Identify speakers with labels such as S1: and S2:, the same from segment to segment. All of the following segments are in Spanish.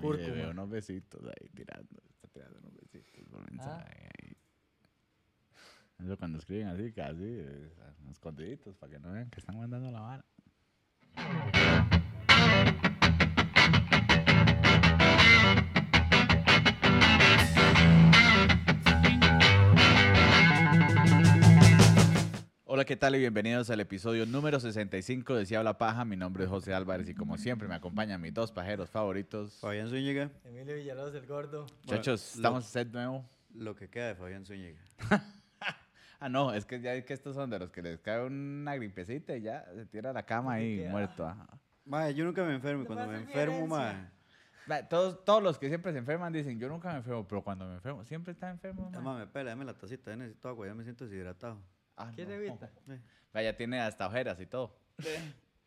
S1: Cúrcuma.
S2: Le veo unos besitos ahí tirando. Está tirando unos besitos por
S1: Ah.
S2: mensaje. ahí. Eso cuando escriben así, casi, eh, escondiditos, para que no vean que están mandando la vara. Hola, ¿qué tal? Y bienvenidos al episodio número 65 de Si Habla Paja. Mi nombre es José Álvarez y como siempre me acompañan mis dos pajeros favoritos.
S3: Fabián Zúñiga.
S1: Emilio Villalobos, el gordo.
S3: Bueno,
S2: Muchachos,
S3: lo-
S2: estamos en set nuevo.
S3: Lo que queda de Fabián Zúñiga.
S2: Ah, no, es que ya que estos son de los que les cae una gripecita y ya se tira a la cama
S1: Lo que
S2: ahí
S1: queda.
S2: muerto. ajá.
S3: Mae, yo nunca me enfermo. y
S1: Lo
S3: Cuando
S1: pasa
S3: me
S1: en mi
S3: enfermo,
S1: herencia.
S3: mae.
S2: Va, Todos, todos los que siempre se enferman dicen, yo nunca me enfermo, pero cuando me enfermo, siempre está enfermo.
S3: Ya,
S2: ma".
S3: mae, me pela, dame la tacita. Ya necesito agua, ya me siento deshidratado.
S2: Ah,
S1: ¿Quién
S2: no.
S1: evita?
S3: Eh.
S2: Va, ya tiene hasta ojeras y todo.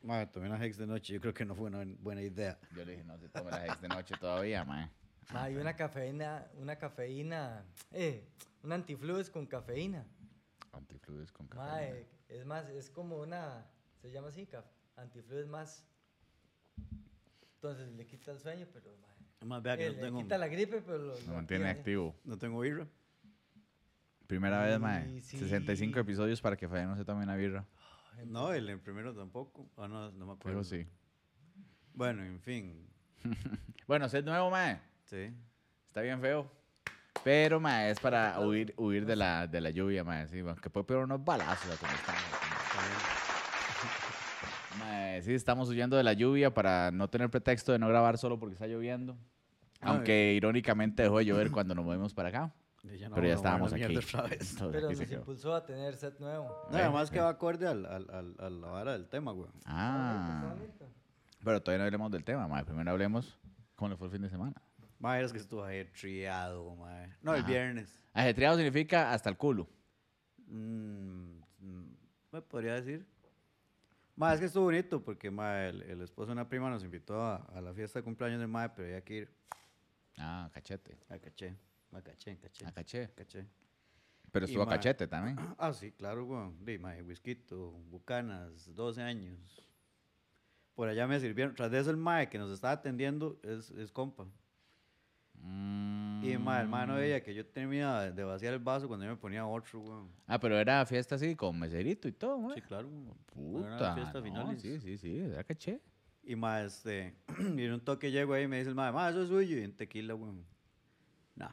S3: Mae, tomé una Hex de noche. Yo creo que no fue una buena idea.
S2: Yo le dije, no se tome las ex de noche todavía, mae.
S1: Ma, Ah, hay una cafeína, una cafeína, eh, un antiflux con cafeína.
S2: Antifluides con
S1: Ma,
S2: cafeína.
S1: eh, es más, es como una, se llama así, caf- antiflux más. Entonces le quita el sueño, pero ma,
S3: Mae, vea que
S1: eh,
S3: no
S1: le
S3: tengo,
S1: quita la gripe, pero lo,
S2: Lo
S1: lo
S2: mantiene
S1: activa,
S2: activo.
S3: no tengo birra.
S2: Primera vez,
S1: Y
S2: mae.
S1: sí.
S2: 65 episodios para que Fabián no se tome una birra.
S1: ¿sí?
S3: No, el en primero tampoco. Ah, no, no me acuerdo.
S2: Pero sí.
S3: Bueno, en fin.
S2: Bueno, set nuevo, mae.
S3: Sí.
S2: Está bien feo. Pero, mae, es para huir, huir de, la, de la lluvia, mae. Sí, aunque puede pegar unos balazos a como estamos.
S3: Está
S2: Mae, eh, sí, estamos huyendo de la lluvia para no tener pretexto de no grabar solo porque está lloviendo.
S3: Ah,
S2: Aunque irónicamente dejó de llover cuando nos movimos para acá.
S3: bien. Y ya no
S2: pero ya estábamos
S3: vamos a comer la
S2: aquí.
S3: mierda otra vez.
S2: Entonces,
S1: Pero
S2: aquí
S1: nos
S2: se quedó.
S1: impulsó a tener set nuevo.
S3: No, además que va acorde al, al, al- a la vara del tema, güey.
S2: Ah, pero todavía no hablemos del tema, mae. Primero hablemos cómo le fue el fin de semana.
S3: Mae, es que estuvo ahí triado, mae. No, el
S2: Ajá.
S3: viernes.
S2: Ajetreado significa hasta el culo.
S3: Mm, mm, me podría decir. Más que estuvo bonito porque ma, el, el esposo de una prima nos invitó a, a la fiesta de cumpleaños de madre, pero había que ir
S2: Ah, cachete.
S3: a caché. A caché, caché.
S2: A caché.
S3: caché.
S2: Pero
S3: Y,
S2: estuvo a
S3: mae.
S2: cachete también.
S3: Ah, sí, claro, weón. Di, mae, whisky, bucanas, 12 años. Por allá me sirvieron. Tras de eso, el mae que nos estaba atendiendo es, es compa. Y mae, el mae no
S2: Mm.
S3: veía que yo terminaba de vaciar el vaso cuando yo me ponía otro, weón.
S2: Ah, pero era fiesta así con meserito y todo, güey.
S3: Sí, claro, weón. Era
S2: Puta.
S3: una fiesta
S2: no,
S3: finales.
S2: sí, sí, sí, era caché.
S3: Y más, este, y en un toque llego ahí y me dice el madre, ma, eso es suyo. Y en tequila, weón. Nah.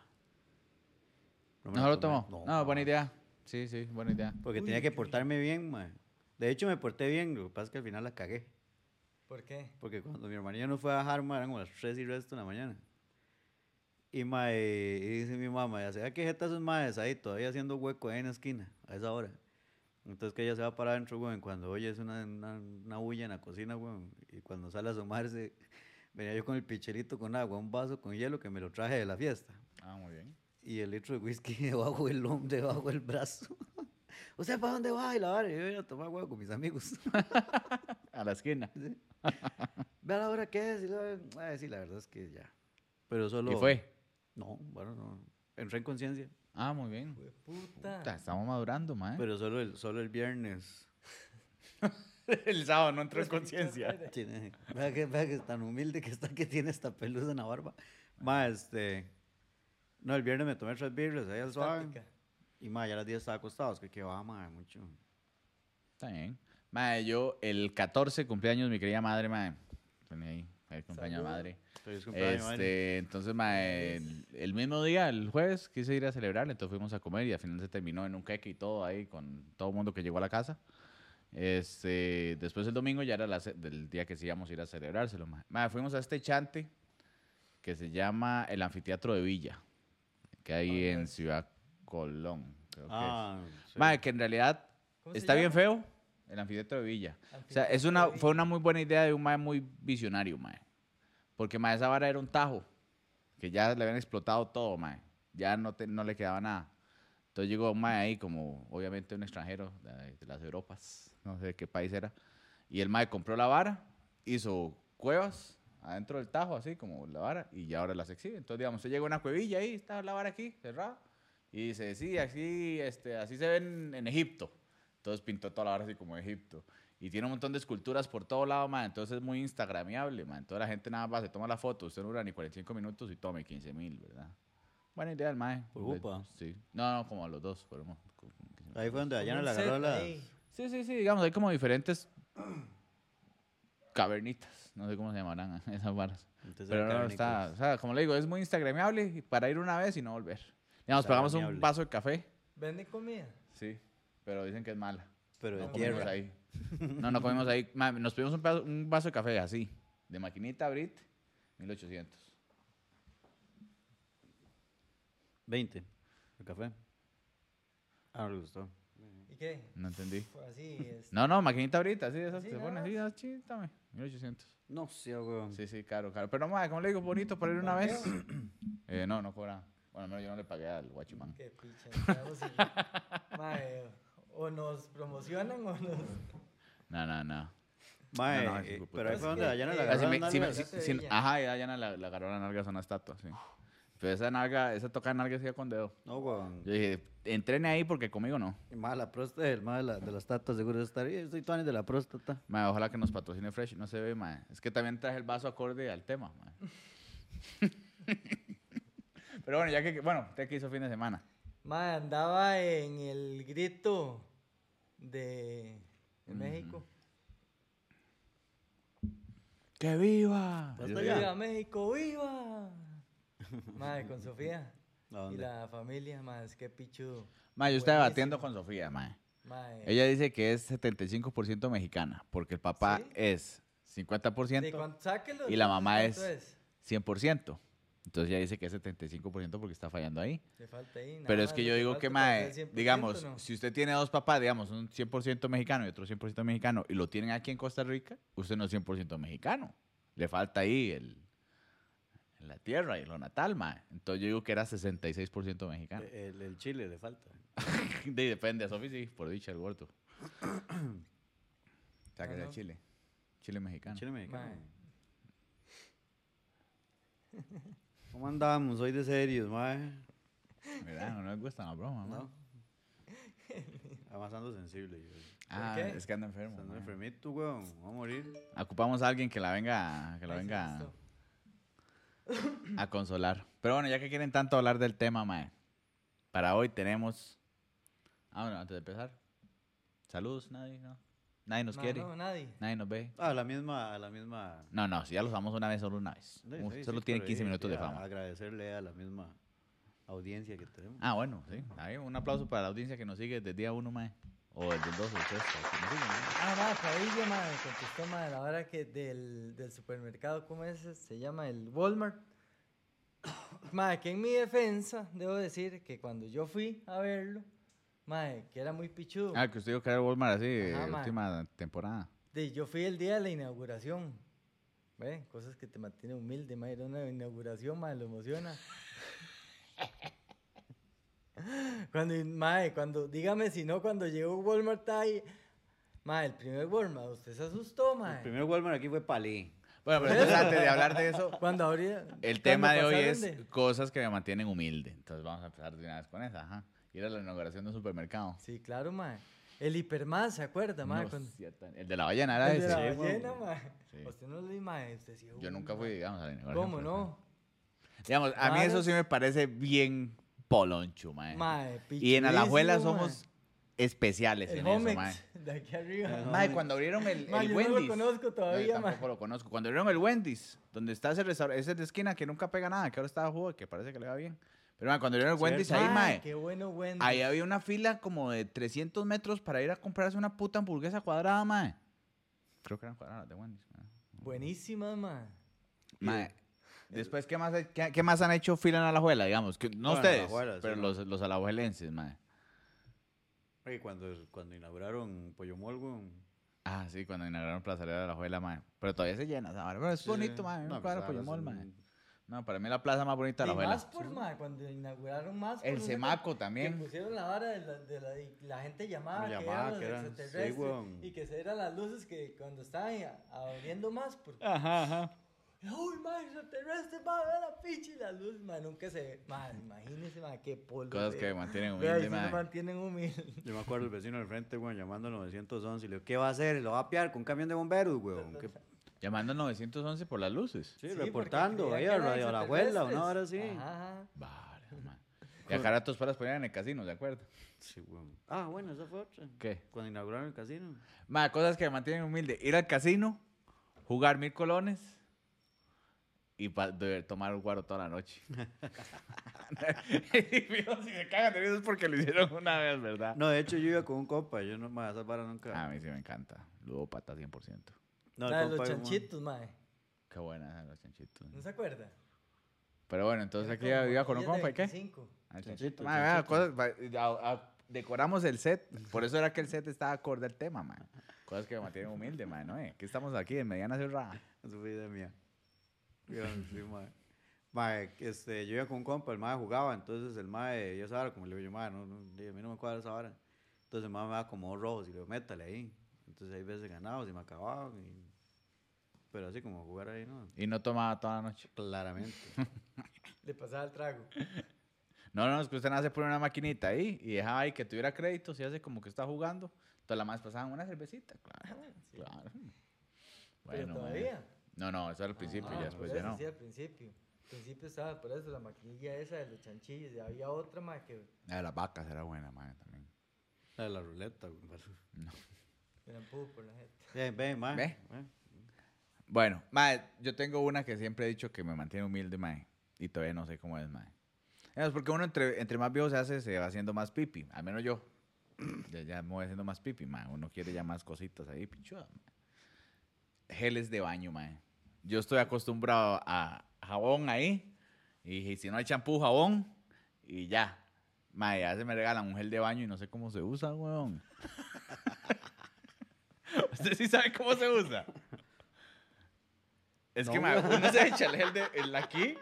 S3: me
S2: No
S3: la
S2: lo
S3: tomé.
S2: tomó. No, buena
S3: ma,
S2: idea. Sí, sí, buena idea.
S3: Porque tenía que portarme bien, ma. De hecho, me porté bien, lo que pasa es que al final la cagué.
S1: ¿Por qué?
S3: Porque cuando mi hermanilla nos fue a bajar, ma, eran como las 3 y resto de la mañana. Y, ma, eh, y dice mi mamá, ya sea que jeta esos madres ahí, todavía haciendo hueco ahí en la esquina, a esa hora. Entonces que ella se va a parar adentro, weón, cuando oye es una, una, una bulla en la cocina, weón. Y cuando sale a asomarse, venía yo con el pichelito con agua, un vaso con hielo que me lo traje de la fiesta.
S2: Ah, muy bien.
S3: Y el litro de whisky debajo del hombro, debajo del brazo. o sea, ¿para dónde va? Y la vara, y yo voy a tomar agua con mis amigos.
S2: A la esquina.
S3: Ve a la hora que es. Y la, ay, sí, la verdad es que ya. Pero solo.
S2: ¿Y fue?
S3: No, bueno, no. Entré en conciencia.
S2: Ah, muy bien.
S1: Jue puta. Pues
S2: Puta, estamos madurando, mae.
S3: Pero solo el, solo el viernes.
S2: el sábado no entró en
S3: Tiene- Vea que, vea que es tan humilde que está que tiene esta pelusa en la barba. Más, este. No, el viernes me tomé tres birras ahí al suave.
S1: Táctica.
S3: Y más, ya a las 10 estaba acostado. Es que, que va, madre, mucho.
S2: Está bien. Mae, yo el 14 cumpleaños, mi querida madre, mae. Tenía ahí, el cumpleaños de
S1: Salud.
S2: madre.
S3: Feliz cumpleaños, madre.
S2: Este, entonces, ma, el, el mismo día, el jueves, quise ir a celebrar, entonces fuimos a comer y al final se terminó en un queque y todo ahí con todo el mundo que llegó a la casa. Este, después el domingo ya era la ce- del día que sí íbamos a ir a celebrárselo. ma. Ma, fuimos a este chante que se llama el Anfiteatro de Villa, que hay en Ciudad Colón. creo que es.
S3: Ah, sí.
S2: Ma, que en realidad
S1: ¿Cómo se
S2: está bien
S1: llama?
S2: feo el Anfiteatro de Villa. O sea, es
S1: Anfiteatro
S2: una,
S1: de
S2: fue una muy buena idea de un mae muy visionario, mae. Porque mae, esa vara era un tajo. Que ya le habían explotado todo, mae. Ya no, te- no le quedaba nada. Entonces llegó un mae ahí, como obviamente un extranjero de, de las Europas, no sé de qué país era. Y el mae compró la vara, hizo cuevas adentro del tajo, así como la vara, y ya ahora las exhibe. Entonces, digamos, usted llega a una cuevilla ahí, está la vara aquí, cerrada, y dice, sí, así, este, así se ven en Egipto. Entonces pintó toda la vara así como Egipto. Y tiene un montón de esculturas por todo lado, mae. Entonces es muy instagramiable, mae. Entonces la gente nada más se toma la foto. Usted no dura ni 45 minutos y tome 15 mil, ¿verdad? Buena idea el mae.
S3: Por
S2: Ve-
S3: Upa. Ah.
S2: Sí. No, no, como a los dos. Pero, mo- como-
S3: Ahí fue donde Dayana
S1: Como
S3: le
S1: un set
S3: agarró la...
S1: ahí.
S2: Sí, sí, sí. Digamos, hay como diferentes cavernitas. No sé cómo se llamarán esas varas.
S3: Entonces,
S2: Pero no,
S3: cavernícolas.
S2: está, o sea, como le digo, es muy instagramiable y para ir una vez y no volver. Digamos, pagamos un
S3: Instagramiable.
S2: vaso de café,
S1: Venden comida.
S2: sí, pero dicen que es mala.
S3: Pero de
S2: No comimos
S3: tierra.
S2: ahí. No, no comimos ahí. Ma, nos pedimos un, pedazo- un vaso de café así, de maquinita Brit, 1800.
S3: 20. El café. Ah, no le gustó.
S1: ¿Y qué?
S2: No entendí.
S1: Fue Así es.
S2: No, no, maquinita Brit, así de esas
S1: Así
S2: que se
S1: nada
S2: pone así,
S1: más.
S2: ah, chíntame, 1800.
S3: No sé, weón.
S2: Sí, sí, caro, caro. Pero, ma, como le digo, bonito para ir una
S1: ¿Por
S2: vez. Eh, no, no cobra. Bueno, al menos yo no le pagué al guachimán.
S1: Qué picha. entramos y- Mae, o nos promocionan o nos.
S2: No, no, no.
S3: Mae,
S2: No, no, ese
S3: eh,
S2: hijo de
S3: pero ahí
S1: puta.
S3: fue donde Dayana
S2: Ah,
S1: Ah,
S3: le
S2: si me-
S3: agarró la
S1: Agarraron
S2: si me-
S1: nalgas,
S2: si-
S1: ya te
S2: si-
S1: veía.
S2: ajá, ya, ya la, la agarró la nalga, es una estatua, sí. Pero esa nalga, esa toca de nalga hacía con dedo.
S3: No, weón.
S2: Yo dije, entrene ahí porque conmigo no.
S3: Mae, la próstata, el mae de la- de las tatas seguro está ahí. Estoy tuanis de la próstata.
S2: Mae, ojalá que nos patrocine Fresh, no se ve, mae. Es que también traje el vaso acorde al tema, mae. Pero bueno, ya que, bueno, usted que hizo fin de semana.
S1: Mae, andaba en el grito de de México.
S2: ¡Que viva!
S3: Hasta
S2: Yo-
S3: allá.
S1: ¡Viva México, viva! Mae, con Sofía.
S3: ¿A
S1: Y
S3: dónde?
S1: la familia, mae, es que pichudo.
S2: Mae, yo estaba
S1: Buenísimo.
S2: debatiendo con Sofía, mae.
S1: Mae,
S2: Ella dice que es 75% mexicana, porque el papá
S1: ¿Sí?
S2: es
S1: de
S2: 50%,
S1: cuan- sáquelo,
S2: y la
S1: de
S2: mamá
S1: cuánto
S2: es 100%. Entonces ella dice que es 75% porque está fallando ahí.
S1: Le falta ahí, nada
S2: Pero es
S1: más
S2: que
S1: lo
S2: yo digo
S1: falta
S2: que,
S1: para
S2: mae,
S1: el 100%,
S2: digamos,
S1: ¿no?
S2: si usted tiene dos papás, digamos, un 100% mexicano y otro 100% mexicano, y lo tienen aquí en Costa Rica, usted no es 100% mexicano. Le falta ahí el, la tierra y lo natal, mae. Entonces yo digo que era 66% mexicano.
S3: El, el chile le falta.
S2: De- depende, a Sofi sí, por dicha, el gordo. o sea, que
S1: Ah,
S2: sea
S1: no.
S2: Chile. Chile mexicano.
S3: Chile mexicano.
S1: Mae.
S3: ¿Cómo andamos? Hoy de serios, mae.
S2: ¿Verdad? No nos gusta la broma, mae.
S3: No. Avanzando sensible. Yo.
S2: Ah,
S1: qué?
S2: es que anda enfermo.
S3: Estando
S2: mae.
S3: enfermito, weón. Vamos a morir.
S2: Ocupamos a alguien que la venga, que la
S1: Ahí se
S2: venga
S1: asustó.
S2: a consolar. Pero bueno, ya que quieren tanto hablar del tema, mae. Para hoy tenemos. Ah, bueno, antes de empezar. Saludos, nadie, ¿no? Nadie nos
S1: Ma,
S2: quiere.
S1: No, nadie.
S2: Nadie nos ve.
S3: Ah, la misma, a la misma.
S2: No, no, si ya los damos una vez, solo una vez.
S3: Sí,
S2: Un-
S3: sí,
S2: solo
S3: sí,
S2: tienen
S3: pero
S2: 15
S3: ahí,
S2: minutos de
S3: sí, a-
S2: fama.
S3: Agradecerle a la misma audiencia que tenemos.
S2: Ah, bueno, sí. Ahí un aplauso para la audiencia que nos sigue desde el día 1, mae. O desde el 2 o el 3.
S1: Ah, ma, Padilla, ma, me contestó, ma, la hora que del, del supermercado, ¿cómo es? Se llama el Walmart. Ma, que en mi defensa, debo decir que cuando yo fui a verlo, ma, que era muy pichudo.
S2: Ah, que usted dijo que era el Walmart así,
S1: Ajá, mae.
S2: última temporada.
S1: De- yo fui el día de la inauguración. ¿Ve? Cosas que te mantienen humilde, ma, era una inauguración, ma, lo emociona. Cuando, mae, cuando, dígame si no, cuando llegó Walmart ahí, mae, el primer Walmart, usted se asustó, mae.
S3: El primer Walmart aquí fue Palí.
S2: Bueno, pero entonces antes de hablar de eso,
S1: Cuando abría-
S2: El
S1: cuando
S2: tema de hoy
S1: pasaron
S2: es
S1: de-
S2: cosas que me mantienen humilde. Entonces vamos a empezar de una vez con esa. Ajá. Ir a la inauguración de un supermercado.
S1: Sí, claro, mae. El hipermás, ¿se acuerda, mae?
S2: No,
S1: Cuando-
S2: cierta- El de la ballena era
S1: el de
S2: ese.
S1: la
S3: Sí, güey.
S1: ballena, mae.
S2: Sí.
S1: Usted no lo mae, usted decía,
S2: Yo
S1: "Uh,
S2: nunca fui,
S1: mae".
S2: digamos, a la inauguración.
S1: ¿Cómo
S2: pero
S1: no?
S2: sí. Digamos, a mí eso sí me parece bien poloncho, mae.
S1: Mae,
S2: y en Alajuela
S1: pichudísimo, mae.
S2: somos especiales
S1: El
S2: en
S1: Homex,
S2: eso, mae.
S1: de aquí arriba.
S3: Ajá.
S2: Mae, cuando abrieron el,
S1: Mae,
S2: el
S1: yo no lo
S2: Wendy's.
S1: conozco todavía,
S2: yo
S1: mae.
S2: tampoco lo conozco. Cuando abrieron el Wendy's, donde está ese restaurante, ese de esquina que nunca pega nada, que ahora está a jugo, que parece que le va bien. Pero mae, cuando abrieron el Wendy's ahí,
S1: Mae,
S2: mae.
S1: Qué bueno Wendy's.
S2: Ahí había una fila como de 300 metros para ir a comprarse una puta hamburguesa cuadrada, mae. Creo que eran cuadradas de Wendy's. mae.
S1: Buenísima, mae.
S3: eh,
S2: Mae, Después, ¿qué más, hay- qué, qué más han hecho fila en Alajuela, digamos? Que, no
S3: Bueno, en
S2: ustedes,
S3: Alajuela, sí,
S2: pero
S3: ¿no?
S2: los, los alajuelenses, mae.
S3: Oye, cuando, cuando inauguraron Pollo mm, Mol, weón.
S2: Ah, sí, cuando inauguraron Plazalera de Alajuela, mae. Pero todavía se llena, ¿sabes? Pero es bonito, mae. a mí me
S3: No,
S2: cuadra
S3: pues, ahora
S2: Pollamol,
S3: es
S2: mae.
S3: un-
S2: No, para mí la plaza más bonita de
S1: Y más
S2: Alajuela.
S1: por, mae, cuando inauguraron más.
S2: El Semaco
S1: Que
S3: pues,
S2: también.
S1: pusieron la vara de la, de la, y la gente llamaba,
S3: Me
S1: que
S3: llamaba,
S1: eran los
S3: que eran- sí,
S1: extraterrestres
S3: weón.
S1: y que se eran las luces que cuando estaban a- abriendo más porque
S2: Ajá, ajá.
S1: Uy, mae, extraterrestre, mae, vea la pinche y la luz, mae, nunca se ve. Mae, imagínese, mae, qué polvo.
S2: Cosas
S1: de-
S2: que mantienen
S1: Vea, y
S2: humilde,
S1: si nos
S2: mae.
S1: mantienen humilde.
S3: Yo me acuerdo el vecino del frente, weón, llamando al 911 y le digo, ¿qué va a hacer? ¿Lo va a piar con un camión de bomberos, weón? ¿Qué-
S2: Llamando al 911 por las luces.
S1: Sí,
S3: Sí,
S1: porque
S3: reportando,
S1: creían
S3: ahí
S1: que
S3: a
S1: eran
S3: Radio La Abuela,
S1: extraterrestres.
S3: una hora así.
S1: Ajá, ajá.
S2: Vale, mae. Y
S3: Pues
S2: a Jara tus palas ponían en el casino, ¿de acuerdo?
S3: Sí, weón. Ah, bueno, esa fue otra.
S2: ¿Qué?
S3: Cuando inauguraron el casino.
S2: Mae, cosas que me mantienen humilde. Ir al casino, jugar mil colones y pa- de- tomar un guaro toda la noche. y fijo, si se cagan de risa es porque lo hicieron una vez, ¿verdad?
S3: No, de hecho yo iba con un compa, yo no me esas varas nunca.
S2: A mí sí me encanta. Ludópata 100%.
S3: No, el
S1: La de los
S3: compa iba,
S1: chanchitos, mae.
S2: Qué buena esa de los chanchitos.
S1: ¿No se acuerda?
S2: Pero bueno, entonces aquí iba iba con un compa y qué. Al chanchito.
S3: Chanchito,
S2: Ma, vea, cosas, va- a- a- decoramos el set. Por eso era que el set estaba acorde al tema, man. Cosas que me mantienen humilde, man. ¿no? Eh? Que estamos aquí en mediana cerrada.
S3: Eso fue idea mía. Weón, sí, mae. Mae, este, yo iba con un compa, el mae jugaba, entonces el mae, yo sabía, como le digo yo, mae, no, no, di, a mí no me cuadra esa vara. Entonces el mae me da como dos rojos y le digo, métale ahí. Entonces hay veces ganados y me acababan. y- Pero así como jugar ahí, ¿no?
S2: Y no tomaba toda la noche.
S3: Claramente.
S1: Le pasaba el trago.
S2: No, no, es que usted nada se pone una maquinita ahí y dejaba ahí que tuviera créditos y hace como que está jugando. Entonces la más pasaban una cervecita, claro. claro.
S1: Pero
S2: Bueno, ma.
S1: todavía.
S2: No, no, eso era al principio,
S1: Ah,
S2: ya después
S1: por
S2: ya
S1: eso,
S2: no.
S1: Sí, al principio. Al principio estaba por eso la maquinilla esa de los chanchillos. Y había otra, mae, que
S2: La de Ah, las vacas era buena, man, también.
S3: La de la ruleta, güey.
S1: eran pudo por la gente.
S3: Ven, ven, mae.
S2: Ve.
S3: Ven.
S2: Bueno, mae, yo tengo una que siempre he dicho que me mantiene humilde, mae. Y todavía no sé cómo es, mae. Es porque uno entre, entre más viejo se hace, se va haciendo más pipi. Al menos yo. ya, ya me voy haciendo más pipi, mae. Uno quiere ya más cositas ahí, pinchuda, mae. Geles de baño, mae. Yo estoy acostumbrado a jabón ahí. Y si no hay champú, jabón. Y ya. Mae, a veces me regalan un gel de baño y no sé cómo se usa, weón. ¿Usted sí sabe cómo se usa? Es que,
S3: No.
S2: mae, uno se echa el gel de el aquí.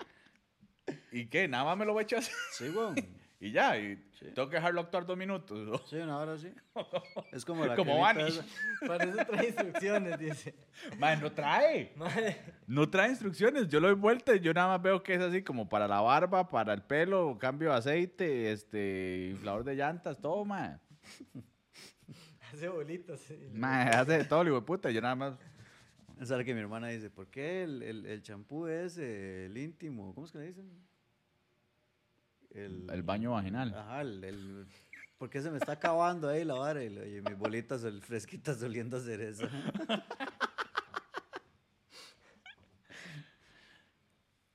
S2: ¿Y qué? Nada más me lo voy a echar así.
S3: Sí, güey.
S2: Y ya, y tengo que dejarlo actuar dos minutos. ¿no?
S3: Sí, una hora sí. Es como la
S2: Como
S3: cremita
S2: Vanish.
S3: esa.
S1: Para eso trae instrucciones, dice.
S2: Mae, no trae.
S1: Mae,
S2: No trae instrucciones. Yo lo doy vuelta y yo nada más veo que es así como para la barba, para el pelo, cambio de aceite, este, inflador de llantas, todo, mae.
S1: hace bolitas. y le-
S2: Mae, hace de todo, el hijo de puta. Yo nada más.
S3: Es algo que mi hermana dice, ¿por qué el, el, el champú es eh, el íntimo? ¿Cómo es que le dicen?
S2: El baño vaginal.
S3: Ajá, el, el- ¿Por qué se me está acabando ahí la vara? Y, le- oye, mis bolitas el, fresquitas oliendo a cereza.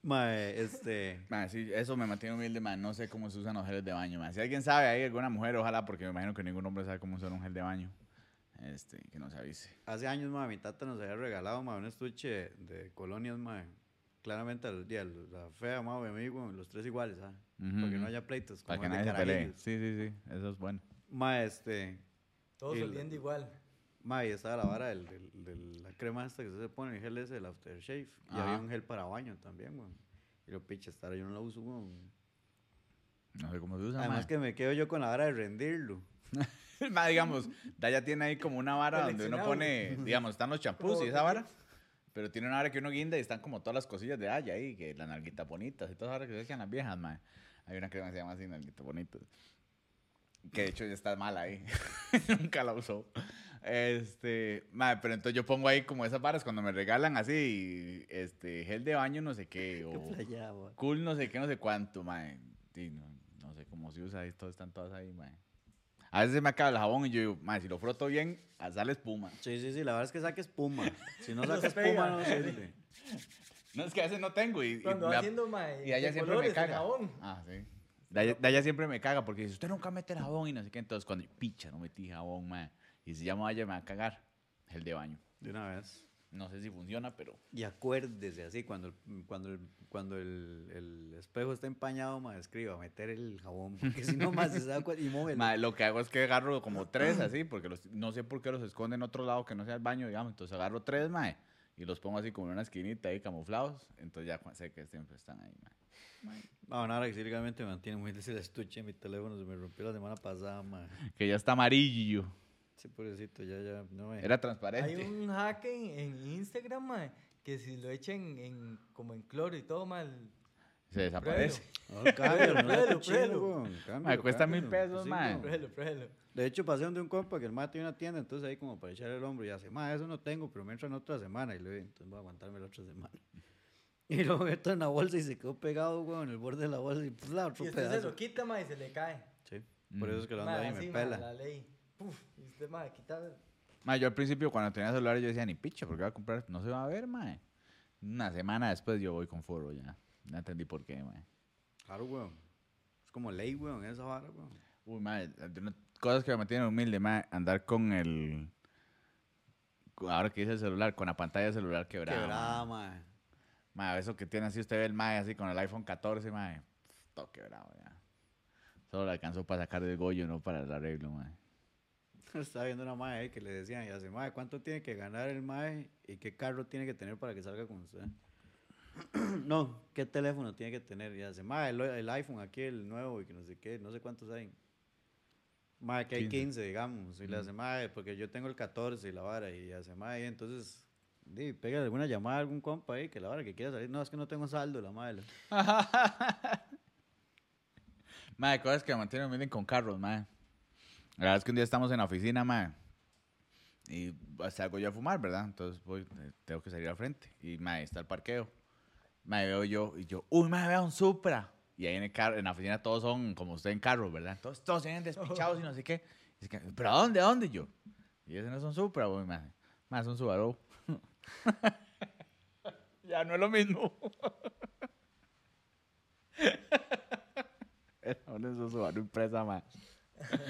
S3: Mae, este...
S2: Mae, sí, eso me mantiene humilde, mae. No sé cómo se usan los geles de baño, mae. Si alguien sabe, hay alguna mujer, ojalá, porque me imagino que ningún hombre sabe cómo usar un gel de baño. Este, que nos avise.
S3: Hace años, ma, mi tata nos había regalado, ma, un estuche de colonias, ma. Claramente, al día, la fea, ma, mi amigo, los tres iguales, ¿ah? Para que
S2: Ujú.
S3: no haya pleitos.
S2: Para
S3: como
S2: que
S3: el de
S2: nadie se pelee.
S3: Carajillos.
S2: Sí, sí, sí. Eso es bueno.
S3: Ma, este,
S1: Todos
S3: y la-
S1: oliendo igual.
S3: ma, y estaba la vara del- del- de la crema esta que se pone, el gel ese, el aftershave. Y había
S2: Ajá.
S3: un gel para baño también, weón. Y lo pinche, esta hora yo no lo uso, weón.
S2: No sé cómo se usa, mae.
S3: Además que me quedo yo con la vara de rendirlo.
S2: Más, digamos, Daya tiene ahí como una vara donde uno
S1: Coleccionable.
S2: pone, digamos, están los champús
S1: Como
S2: y esa vara. Pero tiene una vara que uno guinda y están como todas las cosillas de Daya ahí, que las nalguitas bonitas y todas las varas que se echan las viejas, mae. Hay una crema que se llama así, nalguitas bonitas. Que de hecho ya está mal ahí. Nunca la usó. Este, mae, pero entonces yo pongo ahí como esas varas cuando me regalan así, este, gel de baño, no sé qué,
S3: Qué
S2: o
S3: playada, weón.
S2: cool, no sé qué, no sé cuánto, mae. Y no, no sé cómo se usa, ahí todo- están todas ahí, mae. A veces se me acaba el jabón y yo digo, mae, si lo froto bien, ah, sale espuma.
S3: Sí, sí, sí, la verdad es que saque espuma. Si no
S1: Los
S3: saca espuma,
S1: pega.
S3: no sirve.
S2: No, es que a veces no tengo y, y, me
S1: Cuando va
S2: ap-
S1: haciendo, mae.
S2: y ella
S1: de
S2: siempre me
S1: colores, en
S2: caga.
S1: jabón.
S2: Ah, sí. Daya, Daya siempre me caga porque dice, usted nunca mete el jabón y no sé qué. Entonces cuando yo, picha, no metí jabón, mae. Y si llamo a Daya me va a cagar. Es el de baño.
S3: De una vez.
S2: No sé si funciona, pero...
S3: Y acuérdese, así, cuando el, cuando el, cuando el, el espejo está empañado, ma, escriba, meter el jabón, porque si no, más se da cuenta y móvelo.
S2: Mae, lo que hago es que agarro como tres así, porque los- no sé por qué los esconden en otro lado que no sea el baño, digamos. Entonces agarro tres, mae, y los pongo así como en una esquinita ahí camuflados. Entonces ya cua- sé que siempre están ahí, mae.
S3: Ah, una hora que sí, realmente me mantiene muy desde el estuche, mi teléfono se me rompió la semana pasada, ma.
S2: Que ya está amarillo.
S3: Sí, pobrecito, ya, ya, no me...
S2: Era
S1: Hay
S2: transparente.
S1: un hack en, en Instagram, mae, que si lo echen en, como en cloro y todo mal.
S2: Se desaparece.
S3: No, cámbialo, no sea
S1: Pruébelo,
S3: cochino,
S1: pruébelo.
S3: weón,
S2: Mae,
S3: cámbialo,
S2: cuesta mil
S3: cámbialo,
S2: pesos,
S3: sí,
S2: mae.
S3: weón.
S1: Pruébelo, pruébelo.
S3: De hecho, pasé donde un compa que el mae tiene una tienda, entonces ahí como para echar el hombro y hace, mae, eso no tengo, pero me entra en otra semana. Y le digo, entonces voy a aguantarme la otra semana. Y lo meto en la bolsa y se quedó pegado, weón, en el borde de la bolsa y pues, la
S1: Y este
S3: otro
S1: usted se lo
S3: pedazo.
S1: quita, mae, y se le cae.
S3: Sí, por eso es que lo ando
S1: Mae,
S3: ahí
S1: así,
S3: me
S1: mae,
S3: pela.
S1: la ley. Puf, y usted, mae, quita.
S2: Mae, yo al principio cuando tenía celular yo decía, ni picha, porque voy a comprar, no se va a ver, mae. Una semana después yo voy con foro ya. No entendí por qué, mae.
S3: Claro, weón. Es como ley, weón, esa vara, weón.
S2: Uy, mae, de una- cosas que me mantienen humilde, mae, andar con el... cu- Ahora que dice el celular, con la pantalla del celular quebrada.
S3: Quebrada,
S2: mae.
S3: mae.
S2: Mae, eso que tiene así, usted ve el mae así con el iPhone 14, mae. pf, Todo quebrado, ya. Solo le alcanzó para sacar del goyo, no para el arreglo, mae.
S3: Estaba viendo una mae ahí que le decían, y hace, mae, ¿cuánto tiene que ganar el mae y qué carro tiene que tener para que salga con usted? no, ¿qué teléfono tiene que tener? Y hace, mae, el, el iPhone aquí, el nuevo y que no sé qué, no sé cuántos hay. Mae, que hay
S2: 15.
S3: 15, digamos. Y le hace, mae, porque yo tengo el 14 y la vara. Y hace, mae, entonces, di, pégale alguna llamada a algún compa ahí que la vara que quiera salir. No, es que no tengo saldo, la madre.
S2: Mae, cosas que me mantienen humilde con carros, mae. La verdad es que un día estamos en la oficina, mae. Y salgo yo a fumar, ¿verdad? Entonces voy, eh, tengo que salir al frente. Y, mae, está el parqueo. Mae, veo yo, y yo, uy, mae, veo un Supra. Y ahí en, el carro, en la oficina todos son como usted en carros, ¿verdad? Todos, todos se vienen despichados y no sé qué. Y es que, ¿pero a dónde, a dónde? Y yo, y ese no es un Supra, güey, mae. Mae, es un Subaru. ya no es lo mismo. Ahora es un Subaru impresa, mae.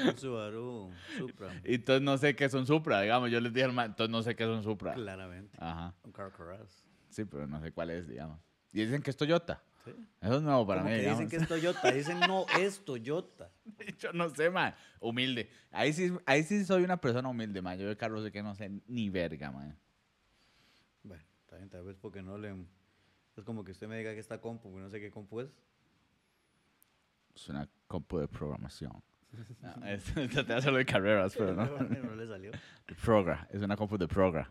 S3: Un Subaru, Supra,
S2: Y entonces no sé qué son Supra, digamos. Yo les dije al man, entonces no sé qué son Supra.
S3: claramente.
S2: Ajá.
S3: Un carro Carras.
S2: Sí, pero no sé cuál es, digamos. Y dicen que es Toyota.
S3: Sí.
S2: Eso es nuevo para
S3: Como
S2: mí,
S3: que dicen
S2: digamos.
S3: que es Toyota, dicen no es Toyota.
S2: Yo no sé, man. Humilde. Ahí sí, ahí sí soy una persona humilde, man. Yo de Carlos sé que no sé ni verga, man.
S3: Bueno, también tal vez porque no le... Es como que usted me diga que esta compu, no sé qué compu es.
S2: Es una compu de programación. No, es, traté de hacerlo de carreras, pero no.
S3: No, no le salió.
S2: De progra. Es una compu de progra.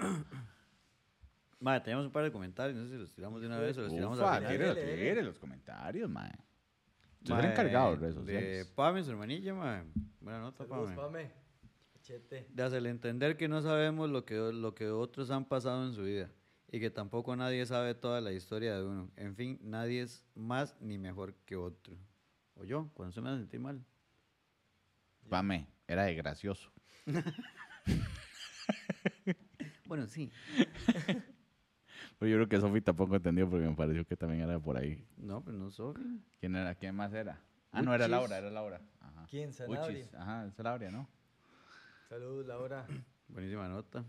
S3: Madre, teníamos un par de comentarios, no sé si los tiramos de una vez o los tiramos
S2: Ufa,
S3: al final.
S2: tírelo,
S1: Dele, dele.
S2: tírelo, los comentarios, man. Yo soy el
S3: Mae,
S2: encargado de redes
S3: De
S2: sociales.
S3: Pame, su hermanilla, madre. Buena nota,
S1: Saludos,
S3: Pame.
S1: pame. Chete.
S3: De hacerle entender que no sabemos lo que, lo que otros han pasado en su vida y que tampoco nadie sabe toda la historia de uno. En fin, nadie es más ni mejor que otro. O yo, cuando se me sentí mal.
S2: Pame, era de gracioso.
S3: Bueno, sí.
S2: Pero Pues yo creo que Sofi tampoco entendió porque me pareció que también era por ahí.
S3: No, pero no soy.
S2: ¿Quién era? ¿Quién más era? Ah, no, era
S1: Uchis.
S2: Laura, era Laura. Ajá.
S1: ¿Quién? Sanabria.
S2: Uchis, Ajá, es Laura, ¿no?
S1: Saludos, Laura.
S3: Buenísima nota.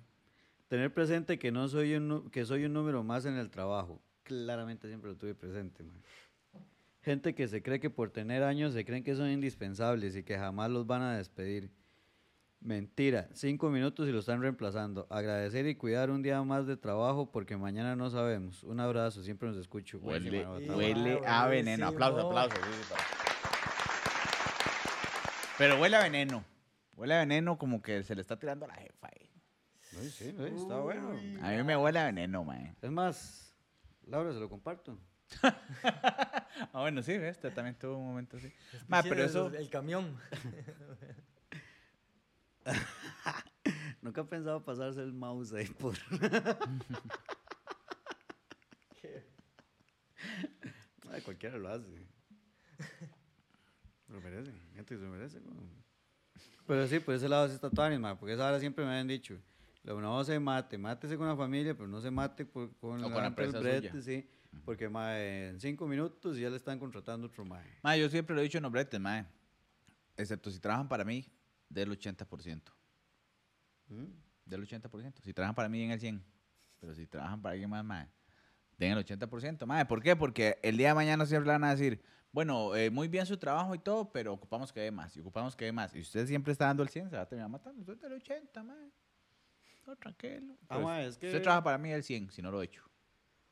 S3: Tener presente que no soy un, nu- que soy un número más en el trabajo. Claramente siempre lo tuve presente, man. Gente que se cree que por tener años se creen que son indispensables y que jamás los van a despedir. Mentira, cinco minutos y lo están reemplazando. Agradecer y cuidar un día más de trabajo porque mañana no sabemos. Un abrazo, siempre nos escucho. Buenísima
S2: Huele,
S3: nota,
S1: Y-
S3: man.
S2: huele a
S1: Ah,
S2: veneno. Aplauso,
S1: buenísimo.
S2: aplauso. sí, sí, para- Pero huele a veneno. Huele a veneno como que se le está tirando a la jefa. ahí.
S3: Ay, sí, sí, está bueno.
S2: A mí me huele a veneno, man.
S3: Es más, Laura, se lo comparto.
S2: Ah, bueno, sí, este también tuvo un momento así. Ma, pero
S1: Pichero,
S2: eso...
S1: El camión.
S3: Nunca he pensado pasarse el mouse ahí por... Ay, cualquiera lo hace. Lo merece, gente que se lo merece. weón. Pero sí, por ese lado sí está todo animado, porque esa hora siempre me habían dicho, lo no se mate, mátese con la familia, pero no se mate por- con,
S2: O
S3: la-
S2: con la
S3: ante el
S2: empresa
S3: brete,
S2: suya.
S3: sí, porque mae, en cinco minutos ya le están contratando otro mae.
S2: Ma, yo siempre lo he dicho en obretes, ma. Excepto si trabajan para mí, del 80%.
S3: ¿Mm?
S2: Del 80%. Si trabajan para mí, den el 100%. Pero si trabajan para alguien más, ma, den el 80%. Ma, ¿por qué? Porque el día de mañana siempre le van a decir, bueno, eh, muy bien su trabajo y todo, pero ocupamos que dé más. Y ocupamos que dé más. Y usted siempre está dando el 100, se va a terminar matando. Usted del 80, ma. No, tranquilo.
S3: Ah,
S2: Pero
S3: ma,
S2: si
S3: es que-
S2: Usted trabaja para mí el 100, si no lo he hecho.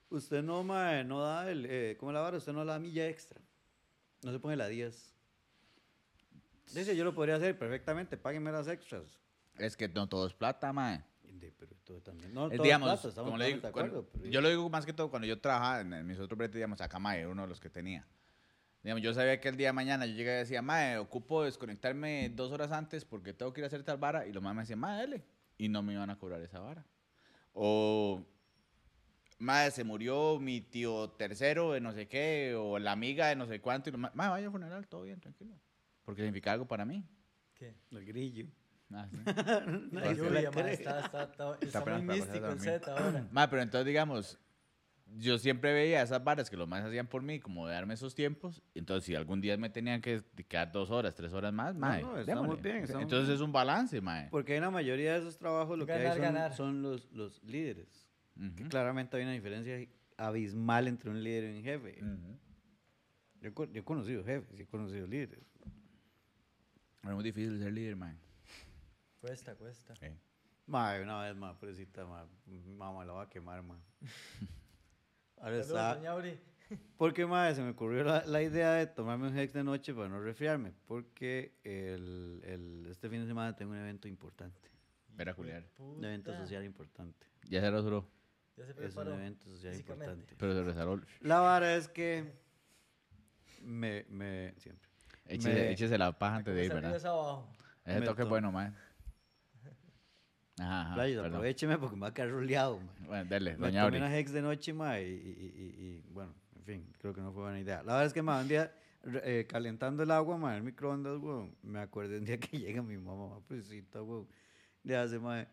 S3: Usted no, mae, no da el, eh, ¿cómo la vara? Usted no da la milla extra. No se pone la 10. Dice, yo lo podría hacer perfectamente, páguenme las extras.
S2: Es que no todo es plata, ma.
S3: Y De, pero todo también. No,
S2: Eh,
S3: todo
S2: digamos,
S3: es plata, estamos
S2: como le digo,
S3: totalmente de
S2: cuando-
S3: acuerdo, pero-
S2: yo lo digo más que todo cuando yo trabajaba en, en mis otros bretes, digamos, acá Mae, uno de los que tenía. Digamos, yo sabía que el día de mañana yo llegaba y decía, Mae, ocupo desconectarme dos horas antes porque tengo que ir a hacer tal vara. Y los más me decían, Mae, dale. Y no me iban a cobrar esa vara. O, Mae, se murió mi tío tercero de no sé qué, o la amiga de no sé cuánto. Y los más, Mae, vaya al funeral, todo bien, tranquilo. Porque significa algo para mí.
S1: ¿Qué?
S3: El grillo.
S2: Ah, sí.
S3: Nadie
S1: La
S3: se la
S1: lluvia, ma,
S3: cree.
S1: está, está, está, está
S2: apenas
S1: muy
S2: para
S1: místico el
S2: pasar
S1: set ahora.
S2: Ma, pero entonces, digamos, yo siempre veía esas varas que los más hacían por mí, como de darme esos tiempos. Entonces, si algún día me tenían que quedar dos horas, tres horas más, mae,
S3: no, estamos
S2: démosle.
S3: bien, Pues, estamos
S2: entonces es un balance, mae.
S3: Porque en la mayoría de esos trabajos lo
S1: Ganar,
S3: que hay son,
S1: ganar.
S3: son los, los líderes. Que
S2: Ujú,
S3: claramente hay una diferencia abismal entre un líder y un jefe.
S2: ujú.
S3: Yo, con- yo he conocido jefes, y he conocido líderes.
S2: Es muy difícil ser líder, mae.
S1: Cuesta, cuesta.
S2: Eh.
S3: Mae, una vez más, pobrecita, ma, mamá la va a quemar, ma. Ahora
S1: Saludos, eh.
S3: está.
S1: doña Uri.
S3: Porque, madre, se me ocurrió la, la idea de tomarme un Hex de noche para no resfriarme. Porque el, el- este fin de semana tengo un evento importante.
S2: Ver a Julián.
S3: Un evento
S1: Puta.
S3: social importante.
S2: Ya se resoló,
S1: Ya se
S3: Es un
S1: preparó.
S3: evento social
S1: físicamente.
S3: importante.
S2: pero se resoló.
S3: La vara es que me, me siempre.
S2: Échese,
S3: Me-
S2: échese la paja antes de ir,
S1: Esa arriba,
S2: ¿verdad?
S1: esa abajo.
S2: Ese
S3: me
S2: toque es
S3: to-
S2: bueno, mae. Ajá, ajá,
S3: Playas,
S2: Ah, perdón.
S3: aprovecheme porque me va a quedar roleado, ma.
S2: Bueno, dele,
S3: Me
S2: doña
S3: tomé
S2: Ori.
S3: una Hex de noche, ma, y, y- y- y- y, bueno, en fin, creo que no fue buena idea. La verdad es que, ma, un día re- eh, calentando el agua, ma, en el microondas, weón, me acordé un día que llega mi mamá, ma, pobrecita, weón, le hace, ma,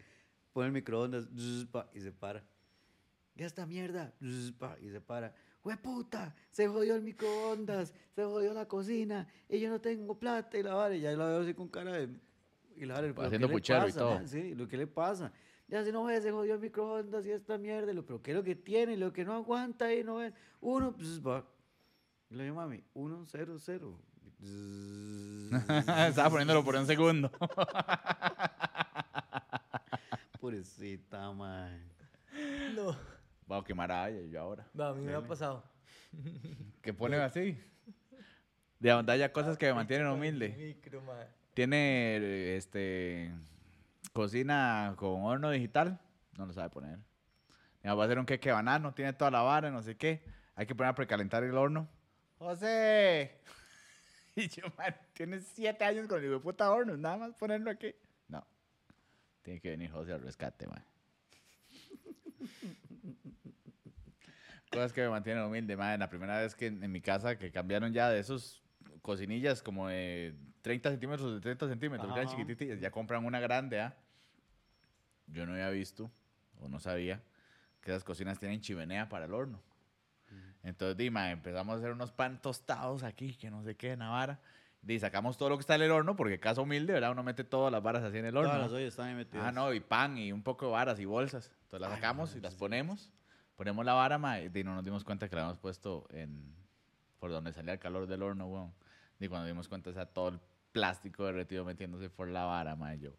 S3: pone el microondas, zzz, pa, y se para. Ya esta mierda, zzz, pa, y se para. ¡Hueputa! Se jodió el microondas, se jodió la cocina, y yo no tengo plata, y la vara, y ya la veo así con cara de... Y la vara, "¿Pero
S2: Haciendo
S3: qué le
S2: puchero y
S3: pasa,
S2: todo.
S3: ma? Sí, lo que le pasa. Ya se no ve, se jodió el microondas y esta mierda, y lo, pero qué es lo que tiene, lo que no aguanta y no ve. Uno, pues, va. Y le digo, mami, uno, cero, cero.
S2: Estaba poniéndolo por un segundo.
S3: Pobrecita, man.
S1: No.
S2: Vamos a quemar a Aya yo ahora.
S1: No, a mí me ha pasado.
S2: Que pone así. De ya cosas que me mantienen
S1: Con el
S2: humilde.
S1: Micro, ma.
S2: Tiene eh, este cocina con horno digital. No lo sabe poner. Mi mamá va a hacer un queque de banano, tiene toda la vara, no sé qué. Hay que poner a precalentar el horno. ¡José! Y yo, man, tiene siete años con el hijo de puta horno, nada más ponerlo aquí. No. Tiene que venir José al rescate, man. Cosas que me mantienen humilde, man. La primera vez que en, en mi casa que cambiaron ya de esos cocinillas como de 30 centímetros de 30 centímetros, que eran
S3: Ajá.
S2: chiquititas, ya compran una grande, ¿ah? Yo no había visto o no sabía que esas cocinas tienen chimenea para el horno. Entonces, Dima, empezamos a hacer unos pan tostados aquí, que no sé qué, Navarra. Y sacamos todo lo que está en el horno, porque casa humilde, ¿verdad? Uno mete todas las varas así en el horno.
S3: Todas las ollas están ahí metidas.
S2: Ah, no, y pan y un poco de varas y bolsas. Entonces las sacamos y las ponemos. Ponemos la vara, ma, y no nos dimos cuenta que la habíamos puesto en por donde salía el calor del horno, weón. Y cuando dimos cuenta, está todo el plástico derretido metiéndose por la vara, ma, y yo.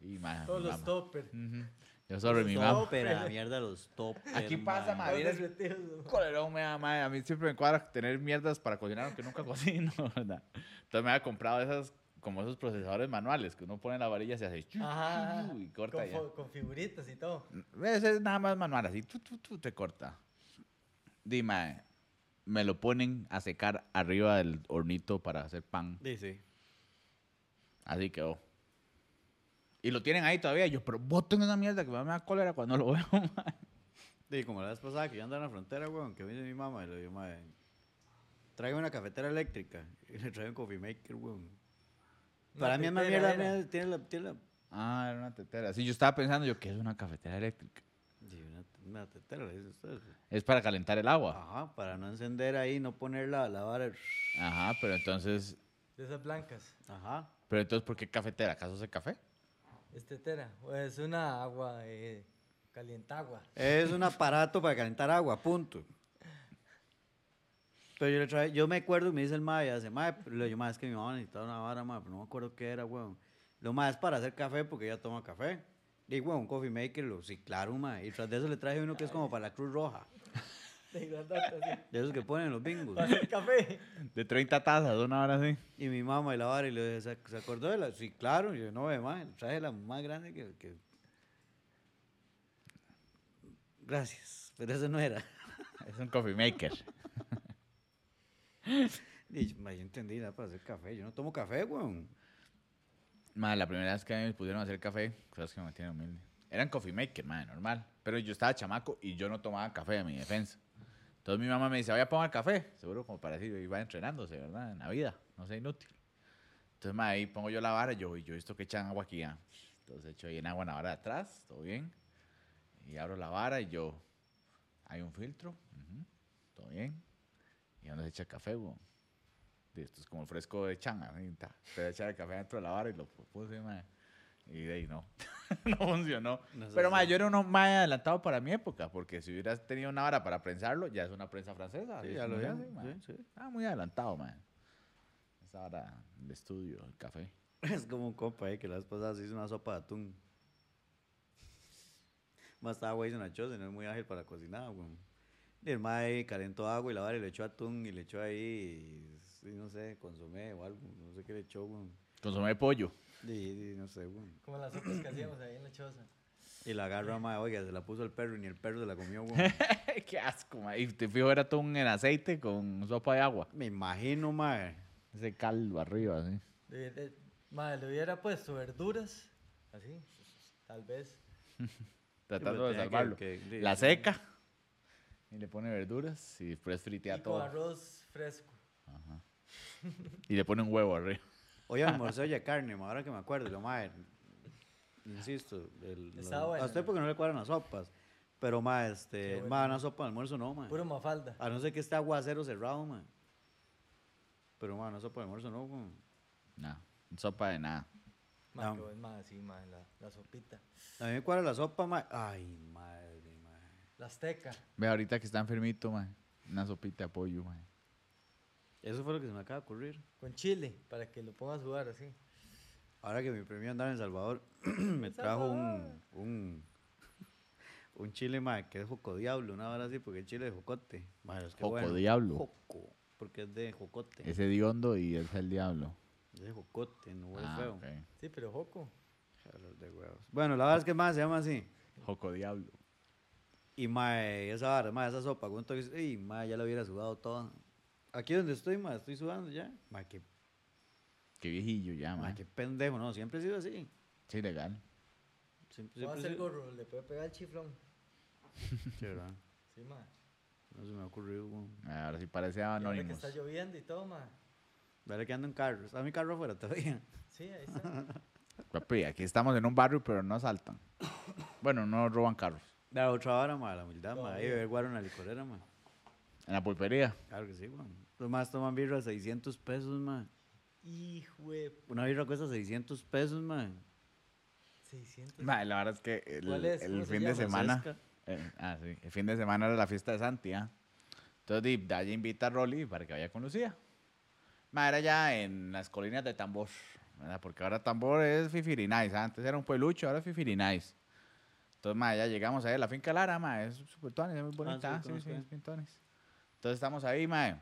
S2: Y, ma,
S1: Todos
S2: mi
S1: los
S2: mamá.
S1: toppers.
S2: Ujú. Yo sobre mi mamá.
S3: Topper, a la mierda los toppers.
S2: Aquí pasa, ma,
S1: Todos
S2: vieras-
S1: derretidos, ma.
S2: Colerón me da, madre. A mí siempre me cuadra tener mierdas para cocinar, aunque nunca cocino, ¿verdad? Entonces me había comprado esas, como esos procesadores manuales, que uno pone la varilla y se hace chu,
S1: Ajá, ajá.
S2: chu, y corta
S1: con,
S2: ya.
S1: fo- con figuritas y todo.
S2: Ese es nada más manual, así tu, tu, tu, te corta. Dime, me lo ponen a secar arriba del hornito para hacer pan.
S3: Dice.
S2: Así quedó. Y lo tienen ahí todavía. Yo, pero boten esa mierda que me da cólera cuando lo veo, madre.
S3: Y como la vez pasada que yo andaba en la frontera, weón, que viene mi mamá y le digo, madre, tráigame una cafetera eléctrica. Y le trae un coffee maker, weón.
S1: Una
S3: Para mí es más
S1: tetera
S3: mierda,
S1: era.
S3: mira, tiene la... Tiene la
S2: Ah, era una tetera. Sí, yo estaba pensando, yo, ¿qué es una cafetera eléctrica?
S3: Sí, una, una tetera, le dice usted.
S2: Es para calentar el agua.
S3: Ajá, para no encender ahí, no poner la, la vara.
S2: Ajá, pero entonces
S1: De esas blancas.
S3: Ajá.
S2: Pero entonces, ¿por qué cafetera? ¿Acaso hace café?
S1: Es tetera. o Es una agua eh, calientagua.
S3: Es un aparato para calentar agua, punto. Pero yo, le trae, yo me acuerdo y me dice el mae, hace mae, pero le digo, mae, es que mi mamá necesitaba una vara, mae, pero no me acuerdo qué era, weón. Lo más es para hacer café porque ella toma café. Y weón, un coffee maker, lo, sí, claro, mae. Y tras de eso le traje uno que es como para la Cruz Roja.
S1: De grandota, así.
S3: De esos que ponen en los bingos.
S1: Para hacer café.
S2: De 30 tazas, una hora así.
S3: Y mi mamá y la vara, y le dije, ¿se ac- se acordó de la? Sí, claro. Y yo, no, ve, mae, le traje la más grande que... que... Gracias, pero eso no era.
S2: Es un coffee maker.
S3: Y yo, ma, yo entendí, nada para hacer café. Yo no tomo café, weón.
S2: Madre, la primera vez que me pusieron a hacer café, cosas que me mantienen humilde. Eran coffee maker, madre, normal. Pero yo estaba chamaco y yo no tomaba café a mi defensa. Entonces mi mamá me dice, vaya a tomar café. Seguro como para decir, iba entrenándose, ¿verdad? En la vida, no sea inútil. Entonces, madre, ahí pongo yo la vara y yo, y yo esto que echan agua aquí, ah. Entonces echo ahí en agua en la vara de atrás, todo bien. Y abro la vara y yo, hay un filtro, ujú, todo bien. Y donde se echa café, weón. De Esto es como el fresco de changa, así, ta. Pero echar el café dentro de la vara y lo puse, madre. Y de ahí no, no funcionó.
S3: No sé
S2: Pero,
S3: si-
S2: madre, yo era uno más adelantado para mi época, porque si hubieras tenido una vara para prensarlo, ya es una prensa francesa.
S3: Sí,
S2: es
S3: ya lo
S2: muy
S3: vi.
S2: grande, mae.
S3: Sí, sí.
S2: Ah, muy adelantado, man. Esa hora el estudio, el café.
S3: Es como un compa eh, que las pasadas hizo una sopa de atún. Más estaba güey hizo una choza y no es muy ágil para cocinar, weón. Y el mae calentó agua y la vara y le echó atún y le echó ahí, y no sé, consomé o algo, no sé qué le echó, weón.
S2: Consumé pollo.
S3: Y, y no sé, weón.
S1: Como las sopas que hacíamos ahí en la choza.
S3: Y la agarra, mae, oiga, se la puso el perro y ni el perro se la comió, weón.
S2: Qué asco, man. Y te fijo, era atún en aceite con sopa de agua.
S3: Me imagino, mae.
S2: Ese caldo arriba, sí.
S1: De- de- Madre, le hubiera puesto verduras, así, tal vez.
S2: Tratando
S3: pero
S2: de
S3: tenía que-
S2: salvarlo.
S3: que- sí,
S2: la
S3: sí.
S2: seca. Y le pone verduras y después fritea
S1: Y con
S2: todo.
S1: arroz fresco.
S2: Y le pone un huevo arriba.
S3: Hoy almorcé ya carne, ma, ahora que me acuerdo, lo mae. Insisto, el,
S1: Está
S3: lo-
S1: buena,
S3: a usted
S1: ¿no?
S3: porque no le cuadran las sopas. Pero mae, este,
S1: Qué
S3: mae,
S1: bueno.
S3: una sopa de almuerzo no, mae.
S1: Puro mafalda.
S2: Ah.
S3: A no ser que esté aguacero cerrado, mae. Pero mae, una sopa de almuerzo no, weón.
S2: No, sopa de nada.
S1: Madre,
S3: no.
S1: qué buen- madre, sí, madre, la, la sopita.
S3: A mí me cuadra la sopa, mae. Ay, madre, mae.
S1: La azteca.
S2: Ve, ahorita que está enfermito, man. Una sopita de pollo, man.
S3: Eso fue lo que se me acaba de ocurrir.
S1: Con chile, para que lo ponga a sudar así.
S3: Ahora que mi premio andar en El Salvador, me trajo un, un, un chile, mae, que es joco diablo, una hora así, porque es chile de jocote. Mae, es que
S2: Joco
S3: bueno.
S2: diablo.
S3: Joco, porque es de jocote.
S2: Ese diondo y es el diablo.
S3: De jocote, no huele
S2: Ah,
S3: feo.
S2: ok.
S1: Sí, pero joco.
S3: Hablar de huevos. Bueno, la verdad es que más se llama así.
S2: Joco diablo.
S3: Y mae, esa vara, mae, esa sopa, con un toque, y mae, ya la hubiera sudado toda. Aquí donde estoy, mae, estoy sudando ya. Mae, qué,
S2: Ah, Qué viejillo ya,
S3: mae,
S2: man.
S3: qué pendejo, no, siempre he sido así.
S2: Sí, legal.
S3: Siempre,
S1: Puedo
S3: siempre he
S1: hacer
S3: sido-
S1: gorro, le puede pegar el chiflón.
S3: Sí, ¿verdad?
S1: Sí, madre.
S3: No se me ha ocurrido, weón.
S2: Ahora sí parece
S1: Y ahora que
S2: anónimo.
S1: está lloviendo y todo, madre.
S3: Dale que ando en carro. Está mi carro afuera todavía.
S1: Sí, ahí está.
S2: Papi, aquí estamos en un barrio, pero no asaltan. Bueno, no roban carros.
S3: La otra vara, mae, la humildad, mae. Ahí
S1: Todavía.
S3: beber guaro en la licorera, mae.
S2: En la pulpería.
S3: Claro que sí, weón. Los más toman birra a 600 pesos, mae.
S1: Hijo de
S3: Una birra cuesta 600 pesos, mae.
S1: 600.
S2: Ma, la verdad es que el,
S1: ¿Cuál es?
S2: el
S1: ¿Cómo se
S2: fin de
S1: llama?
S2: semana.
S3: Sesca.
S2: eh, ah, sí. El fin de semana era la fiesta de Santi, ¿ah? Entonces, di, Daya invita a Rolly para que vaya con Lucía. Ma, era ya en las colinas de Tambor. ¿verdad? Porque ahora Tambor es Fifirinais. ¿ah? Antes era un pueblucho, ahora es Fifirinais. Entonces, ma, ya llegamos ahí a la finca Lara, ma. Es súper tuanis, es muy bonita.
S3: Ah, sí,
S2: sí, sí,
S3: conozco.
S2: es bien tuanis. Entonces, estamos ahí, ma.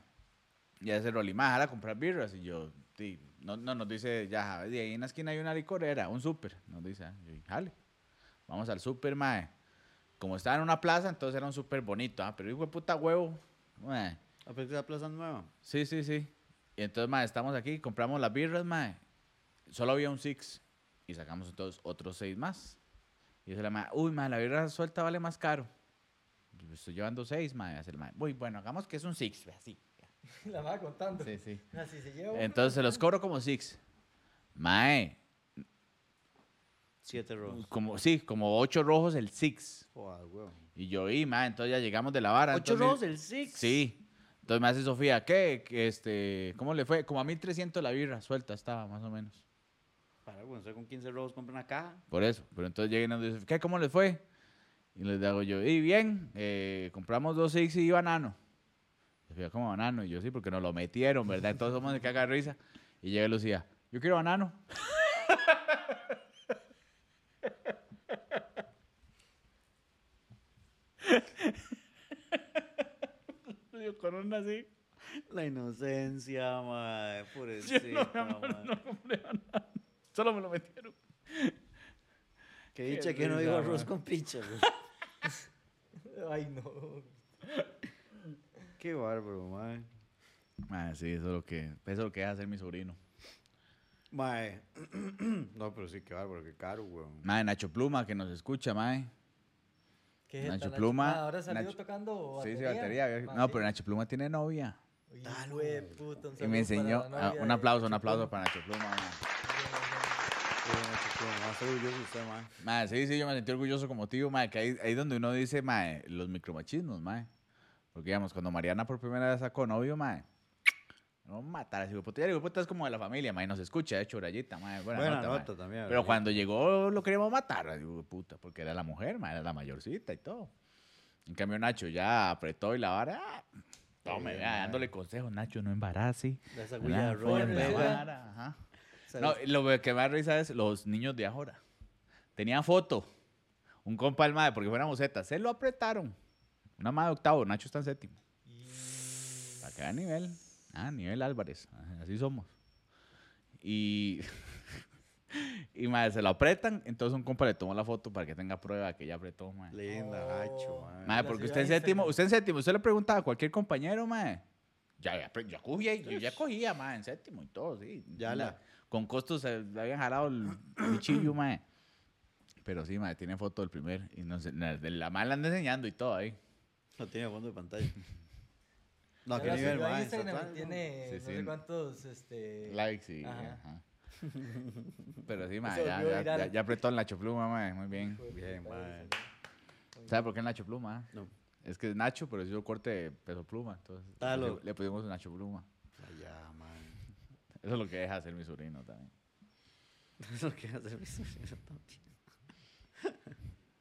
S2: Y hace Rolly, ma, jala a comprar birras. Y yo, di, no, no, nos dice, ya, de ahí en la esquina hay una licorera, un súper. Nos dice, ah, yo, jale. Vamos al súper, mae. Como estaba en una plaza, entonces era un súper bonito. ah, Pero hijo de puta huevo. mae.
S3: ¿A pesar de la plaza nueva?
S2: Sí, sí, sí. Y entonces, mae, estamos aquí, compramos las birras, mae. Solo había un six. Y sacamos entonces otros seis más. Y dice la mae, uy, mae, la birra suelta vale más caro. Yo Estoy llevando seis, mae. Hace el mae. Uy, bueno, hagamos que es un six, ve así.
S1: La va contando.
S2: Sí, sí.
S1: Así se lleva. uno.
S2: Entonces se los cobro como six. Mae,
S3: Siete rojos.
S2: como, sí, como ocho rojos el six.
S3: Joder, weón.
S2: Y yo, y, mae, entonces ya llegamos de la vara.
S3: ¿Ocho
S2: entonces-
S3: rojos el six?
S2: Sí. Entonces me hace Sofía, ¿qué? Que, Este, ¿Cómo le fue? Como a 1300 la birra suelta estaba, más o menos.
S3: Para, weón, usted con 15 rojos compra una caja.
S2: Por eso. Pero entonces llegué y nos dice, ¿qué? ¿Cómo le fue? Y les digo yo, y bien, eh, compramos dos six y banano. Sofía, ¿cómo banano? Y yo, sí, porque nos lo metieron, ¿verdad? Entonces somos de caga de risa. Y llega Lucía, yo quiero banano. yo con una así.
S3: La inocencia, mae. Pobrecita, mae.
S2: Solo me lo metieron. qué
S3: Que dicha que no digo
S2: risa,
S3: arroz
S2: mae.
S3: con picha, weón.
S1: Ay, no.
S3: Qué bárbaro, mae.
S2: Mae, Ah, sí, eso es lo que, eso es lo que deja hacer mi sobrino.
S3: Mae. no, pero sí, qué bárbaro, qué caro, weón.
S2: Mae, Nacho Pluma, que nos escucha, mae.
S1: ¿Qué
S2: Nacho
S1: tal,
S2: Pluma,
S1: Ah, ahora salió
S2: Nacho-
S1: tocando
S2: Sí,
S1: batería.
S2: sí, batería.
S1: Ma,
S2: No,
S1: sí.
S2: pero Nacho Pluma tiene novia.
S1: Uy, hueputa, un
S2: Y
S1: saludo
S2: me enseñó.
S1: para la
S2: ah,
S1: novia
S2: un
S1: de
S2: aplauso, un
S1: Nacho
S2: aplauso
S1: Pluma.
S2: para Nacho Pluma. mae.
S3: Qué bueno, qué bueno, Más orgulloso de usted, mae.
S2: Mae, sí, sí, yo me sentí orgulloso como tío, mae, que ahí ahí es donde uno dice, mae, los micromachismos, mae. Porque, digamos, cuando Mariana por primera vez sacó novio, mae, no matar a ese hijueputa. Ya el hijueputa es como de la familia, mae, nos escucha, de hecho, Urayita, mae, buena,
S3: Buena
S2: nota, mae.
S3: nota también,
S2: Pero
S3: Urayita.
S2: cuando llegó lo queríamos matar, digo, puta, porque era la mujer, mae, era la mayorcita y todo. En cambio, Nacho ya apretó y la vara, ah, tome,
S3: Sí,
S2: vea,
S3: mae.
S2: dándole consejos, Nacho, no embarace.
S3: De esa
S2: ¿verdad?
S3: huella de rollo,
S2: Forme,
S1: ¿verdad?
S3: mae.
S2: vara, ajá.
S3: O sea,
S2: No, lo que me da risa es los niños de ahora. Tenía foto. Un compa del madre, porque fuéramos Z. Se lo apretaron. Una madre de octavo, Nacho está en séptimo. Para que vea nivel. Ah, nivel Álvarez. Ah, Así somos. Y. y madre, se lo apretan. Entonces un compa le tomó la foto para que tenga prueba de que ya apretó, madre.
S3: Linda, Nacho,
S1: Oh.
S3: mae.
S2: Madre,
S1: La
S2: porque
S1: subió
S2: usted
S1: a
S2: en séptimo,
S1: Instagram.
S2: usted en séptimo, usted le preguntaba a cualquier compañero, madre. Ya, ya, pre- ya cogía, yo ya cogía, madre, en séptimo y todo, sí.
S3: Ya la-
S2: Con costos se le habían jalado el cuchillo, madre. Pero sí, madre, tiene foto del primer. Y no sé, la, de la madre la anda enseñando y todo ahí.
S3: No tiene fondo de pantalla. No,
S1: Ya
S3: qué
S1: la
S3: nivel,
S1: subió a
S3: mae.
S1: Instagram y
S3: estatal, ¿no?
S1: tiene
S2: Sí,
S1: no
S2: sí.
S1: sé cuántos este,
S2: Likes y.
S1: Ajá.
S2: ajá. Pero sí, madre,
S1: Se
S2: ya,
S1: volvió
S2: ya,
S1: viral.
S2: ya, ya apretó el Nacho Pluma, madre, muy bien.
S1: Hijo de
S3: Bien,
S1: puta,
S3: mae.
S1: dice,
S2: ¿Sabe por qué el Nacho Pluma?
S3: No.
S2: Es que es Nacho, pero hizo corte de peso pluma. Entonces
S3: Ah, lo-
S2: le, le pusimos Nacho Pluma.
S3: Ah, Ya, mae.
S2: Eso es lo que deja hacer mi sobrino también.
S3: Eso que hace mi sobrino también.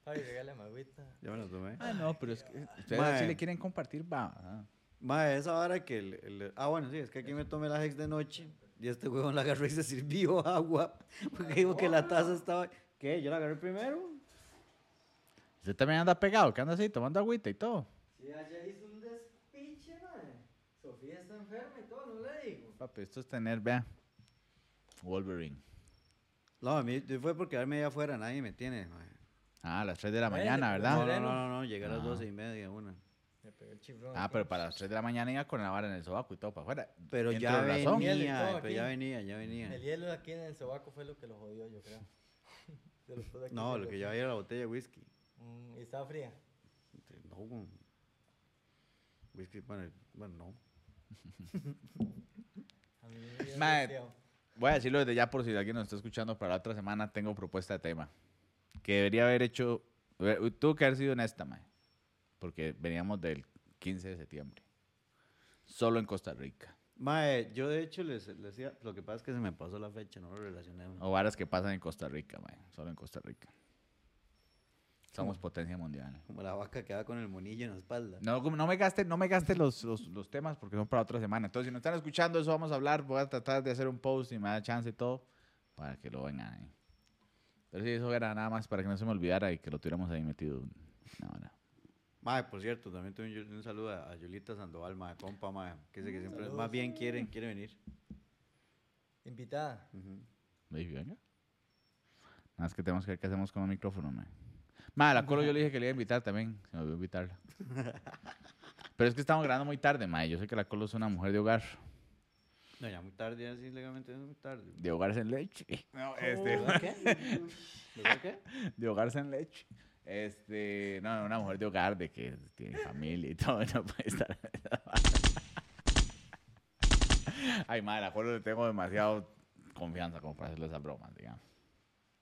S1: Fabi, regálame agüita.
S3: Ya me lo tomé.
S2: Ah, no, pero es que ustedes
S3: Mae.
S2: si le quieren compartir, va. ajá.
S3: Mae, esa hora que el, el- Ah, bueno, sí, es que aquí me tomé la Hex de noche y este huevón la agarró y se sirvió agua. Porque dijo que la taza estaba. ¿Qué? ¿Yo la agarré primero?
S2: Usted también anda pegado, que anda así, tomando agüita y todo.
S1: Sí, ayer hizo un despiche, madre. Sofía está enferma y todo, no le digo.
S2: Papi, esto es tener, vea. Wolverine.
S3: No, a mí fue por quedarme allá afuera, nadie me tiene, mae.
S2: Ah, a las 3 de la
S1: Bueno,
S2: mañana,
S1: pero
S3: No,
S2: ¿verdad?
S3: no, no, no, no, llegué a las
S2: Ah.
S3: doce y media, una.
S1: Me pegó el chiflón.
S2: Ah,
S1: aquí.
S2: pero para las 3 de la mañana iba con la vara en el sobaco y todo para afuera.
S3: Pero
S2: Entre
S3: ya
S2: razón.
S1: Miel y
S3: venía,
S1: todo
S3: pero
S1: aquí.
S3: ya venía, ya venía.
S1: El hielo aquí en el sobaco fue lo que lo jodió, yo creo. Se lo puso aquí,
S3: No,
S1: se
S3: lo
S1: lo-
S3: que ya había era la botella de whisky.
S1: Mm, y estaba fría.
S3: No, güey. whisky, bueno, bueno, no.
S1: A mí me dio
S2: Mae.
S1: frío.
S2: Voy a decirlo desde ya por si alguien nos está escuchando para la otra semana, tengo propuesta de tema. Que debería haber hecho, eh, tuvo que haber sido en esta, mae. Porque veníamos del 15 de septiembre. Solo en Costa Rica.
S3: Mae, yo de hecho les, les decía, lo que pasa es que se me pasó la fecha, no lo relacioné. mae.
S2: O varas que pasan en Costa Rica, mae. Solo en Costa Rica. Somos potencia mundial.
S3: Como la vaca que va con el monillo en la espalda.
S2: No, como- no me gaste, no me gaste los, los- los temas porque son para otra semana. Entonces, si nos están escuchando eso, vamos a hablar. Voy a tratar de hacer un post y me da chance y todo para que lo vengan ahí. Pero sí, eso era nada más para que no se me olvidara y que lo tuviéramos ahí metido una hora.
S3: Mae, por cierto, también tuve un, yo- un saludo a, a Yolita Sandoval, mae, compa, mae, que dice que siempre
S1: saludos.
S3: más bien quiere, quiere venir.
S1: Invitada.
S3: Ujú.
S2: Le dije, venga. Nada más que tenemos que ver qué hacemos con el micrófono, mae. Ma, la Colo yo le dije que le iba a invitar también. Se me olvidó invitarla. Pero es que estamos grabando muy tarde, mae. Yo sé que la Colo es una mujer de hogar.
S3: No, ya muy tarde, ya sí, legalmente es muy tarde.
S2: De hogarse en leche. No, este.
S3: ¿Verdad qué? ¿Verdad qué?
S2: De hogarse en leche. Este. No, una mujer de hogar, de que tiene familia y todo. No puede estar. Ay, madre, la Colo le tengo demasiado confianza como para hacerle esas bromas, digamos.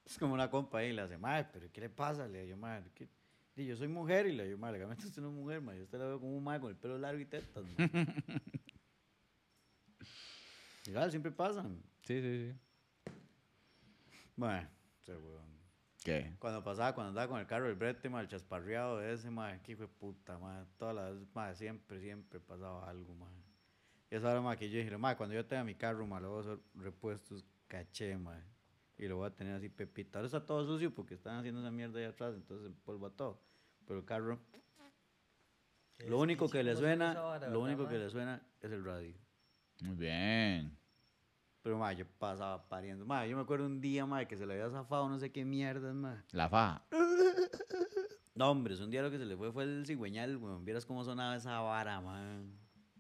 S3: Es como una compa ahí, le hace, mae, pero ¿qué le pasa? Le digo, mae, ¿qué? Y yo soy mujer y le digo, mae, legalmente usted no es mujer, mae, yo usted la veo como un mae con el pelo largo y tetas. mae". Igual, siempre pasan.
S2: Sí, sí, sí.
S3: Mae, ese huevón.
S2: ¿Qué?
S3: Cuando pasaba, cuando andaba con el carro, el brete, mal chasparreado de ese, madre, qué hijo de puta, madre. Todas las veces, madre, siempre, siempre pasaba algo, madre. Y esa hora, madre, que yo dije, madre, cuando yo tenga mi carro, madre, le voy a hacer repuestos caché, madre. Y lo voy a tener así pepita. Ahora está todo sucio porque están haciendo esa mierda ahí atrás, entonces empolva todo. Pero el carro,
S1: Qué
S3: lo único
S1: despiche,
S3: que le
S1: ¿cómo se usa
S3: suena,
S1: ahora,
S3: lo
S1: verdad,
S3: único que
S1: mae?
S3: le suena es el radio.
S2: Muy bien.
S3: Pero, madre, yo pasaba pariendo. Madre, yo me acuerdo un día, madre, que se le había zafado no sé qué mierdas, madre.
S2: La faja.
S3: No, hombre, es un día lo que se le fue fue el cigüeñal, weón. Vieras cómo sonaba esa vara, man.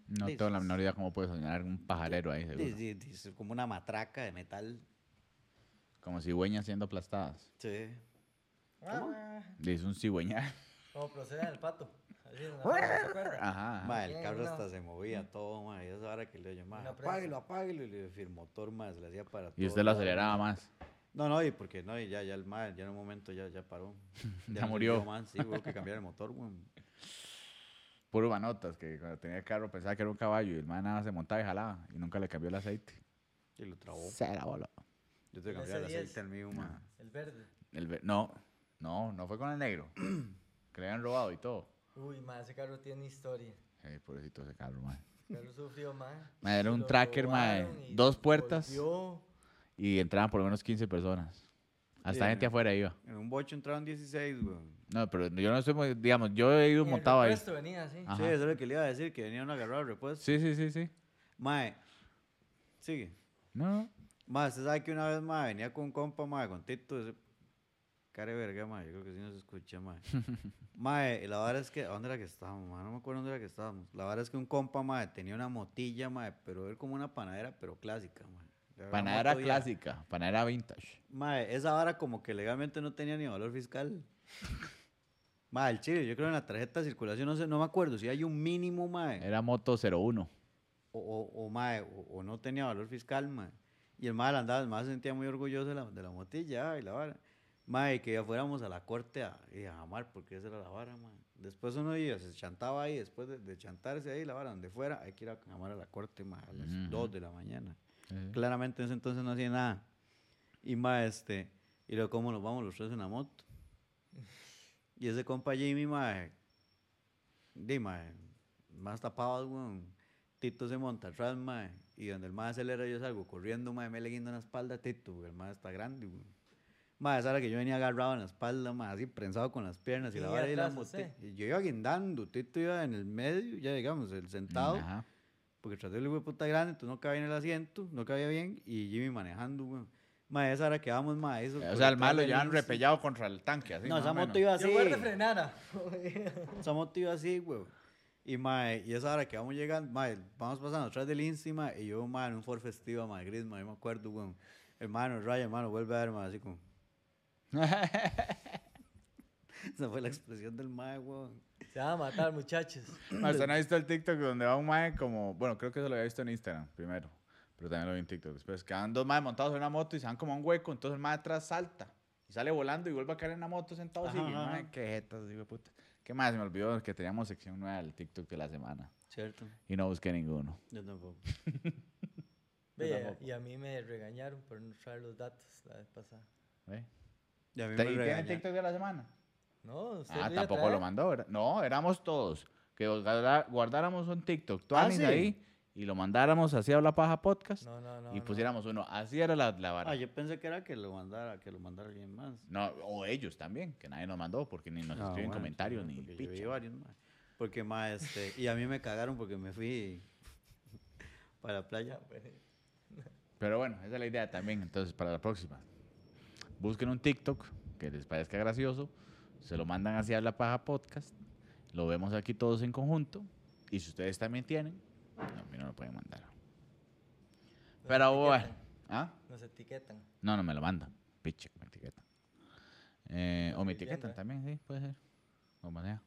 S2: No
S3: Sí,
S2: tengo
S3: sí,
S2: la
S3: sí.
S2: menor idea cómo puede soñar un pajarero ahí, seguro.
S3: Sí, sí, sí, es como una matraca de metal.
S2: Como cigüeñas siendo aplastadas.
S3: Sí.
S2: Dice un cigüeñal.
S1: Ah, Como procede el pato. Así en la plaza, ¿se acuerda?
S2: Ajá. ajá.
S3: Ma, el
S1: Bien,
S3: carro
S1: no.
S3: hasta se movía todo, ma. Y esa hora que le oye, ma,
S1: Una presa.
S3: apáguelo, apáguelo. Y le firmó más, le hacía para
S2: Y
S3: todo
S2: usted lo
S3: lado.
S2: aceleraba más.
S3: No, no, y porque no, y ya, ya el ma, ya en un momento ya, ya paró.
S2: Ya
S3: no
S2: murió.
S3: sirvió más, sí, hubo que cambiar el motor, weón.
S2: Puro manotas, que cuando tenía el carro pensaba que era un caballo y el man nada más se montaba y jalaba y nunca le cambió el aceite.
S3: Y lo trabó.
S2: Se la voló.
S3: Yo te
S1: El
S3: cambié el
S1: S10.
S3: aceite al mío, ma.
S1: El verde.
S2: El ve- no, no, no fue con el negro. que le habían robado y todo.
S1: Uy, ma, ese carro tiene historia.
S2: Ay, pobrecito ese carro, man.
S1: El carro sufrió, ma.
S2: Ma, era
S1: Se
S2: un
S1: lo
S2: tracker, ma,
S1: robaron y
S2: dos puertas.
S1: volvió.
S2: Y entraban por lo menos 15 personas. Hasta
S3: Sí.
S2: gente afuera iba.
S3: En un bocho entraron 16, weón.
S2: No, pero yo no estoy, muy- digamos, yo he ido
S1: En el
S2: montado ahí.
S1: repuesto venía así.
S2: Ah.
S3: Sí,
S2: Ajá.
S3: eso es lo que le iba a decir, que venían agarrados al repuesto.
S2: Sí, sí, sí, sí.
S3: Mae, sigue.
S2: No,
S3: Mae, usted sabe que una vez, mae, venía con un compa, mae, con Tito, ese cara de verga, mae, yo creo que sí nos escucha, mae. mae, y la verdad es que, ¿a ¿dónde era que estábamos, mae? No me acuerdo dónde era que estábamos. La verdad es que un compa, mae, tenía una motilla, mae, pero era como una panadera, pero clásica, mae. Era una
S2: panadera
S3: moto vieja.
S2: clásica, panadera vintage.
S3: Mae, esa vara como que legalmente no tenía ni valor fiscal. mae, el chile, yo creo en la tarjeta de circulación, no sé, no me acuerdo si hay un mínimo, mae.
S2: Era moto 01.
S3: o, o, o, mae, o, o no tenía valor fiscal, mae. Y el mae la andaba, el mae se sentía muy orgulloso de la, de la motilla y la vara. Mae, que ya fuéramos a la corte a, y a amar, porque esa era la vara, mae. Después uno iba, se chantaba ahí, después de, de chantarse ahí, la vara, donde fuera, hay que ir a amar a la corte, mae, a las
S2: Ujú.
S3: 2 de la mañana.
S2: Sí, sí.
S3: Claramente en ese entonces no hacía nada. Y mae, este, y luego cómo nos vamos los tres en la moto. Y ese compa Jimmy, mae, di, mae, más tapados, weón. Tito se monta atrás, mae, y donde el mae acelera yo salgo corriendo, mae, me le guindo en la espalda a Tito, porque el mae está grande, weón. Mae, esa era que yo venía agarrado en la espalda, mae, así prensado con las piernas y
S1: Y
S3: la vara y la
S1: atrás
S3: moto.
S1: usted.
S3: y Yo iba guindando, Tito iba en el medio, ya digamos, el sentado.
S2: Ajá.
S3: Porque tras de él, puta grande, tú no cabía en el asiento, no cabía bien, y Jimmy manejando, weón. Mae, esa hora que vamos, mae, eso.
S2: Eh, O sea, el malo ya han repellado contra el tanque. Así,
S3: No,
S2: más o
S3: esa moto
S2: menos.
S3: iba
S1: Yo guardo
S3: así.
S1: frenara.
S3: Esa moto iba así, weón. Y mae, y esa hora que vamos llegando, mae, vamos pasando atrás del Insti, mae, y yo, mae, en un Ford Festiva, mae, gris, mae, yo me acuerdo, weón. Hermano, Ryan, hermano, vuelve a ver, mae, así como. esa fue la expresión del mae, weón.
S1: Se va a matar, muchachos.
S2: Ma, ¿Usted no ha visto el TikTok donde va un mae como... Bueno, creo que eso lo había visto en Instagram primero. Pero también lo vi en TikTok después. Que van dos maes montados en una moto y se van como a un hueco. Entonces el mae atrás salta. Y sale volando y vuelve a caer en la moto sentado.
S3: Ajá,
S2: así, y el
S3: ajá,
S2: mae,
S3: ajá.
S2: qué jetas, digo, puta. ¿Qué más? Se me olvidó que teníamos sección nueva del TikTok de la semana.
S3: Cierto,
S2: Y no busqué ninguno.
S3: yo tampoco.
S1: Ve,
S3: tampoco.
S1: y a mí me regañaron por no traer los datos la vez pasada.
S2: ¿Ve?
S3: Y a mí
S2: ¿Y
S3: me
S2: tiene
S3: regañaron.
S2: TikTok de la semana?
S1: No, usted
S2: Ah,
S1: iba a
S2: tampoco lo
S1: traer.
S2: mandó. ¿verdad? No, éramos todos. Que guarda- guardáramos un TikTok, Tuanis
S3: sí.
S2: ahí, y lo mandáramos así a la paja podcast
S1: Ah, No, no, no.
S2: y
S1: no.
S2: pusiéramos uno. Así era la, la vara.
S3: Ah, yo pensé que era que lo mandara, que lo mandara alguien más.
S2: No, o ellos también, que nadie nos mandó porque ni nos
S3: Ah,
S2: escriben
S3: bueno,
S2: comentarios
S3: sí,
S2: ni
S3: porque yo vi
S2: picha.
S3: varios, ma. Porque más, este, y a mí me cagaron porque me fui para la playa.
S1: Ya, pues.
S2: Pero bueno, esa es la idea también. Entonces, para la próxima, busquen un TikTok que les parezca gracioso, se lo mandan hacia la paja podcast, lo vemos aquí todos en conjunto. Y si ustedes también tienen, no, a mí no lo pueden mandar.
S1: Nos
S2: Pero
S1: etiquetan,
S2: bueno, ¿ah?
S1: Nos etiquetan.
S2: No, no me lo mandan. Piche, me etiquetan. Eh, o me
S1: Estoy
S2: etiquetan
S1: viendo, eh.
S2: también, sí, puede ser. Como sea.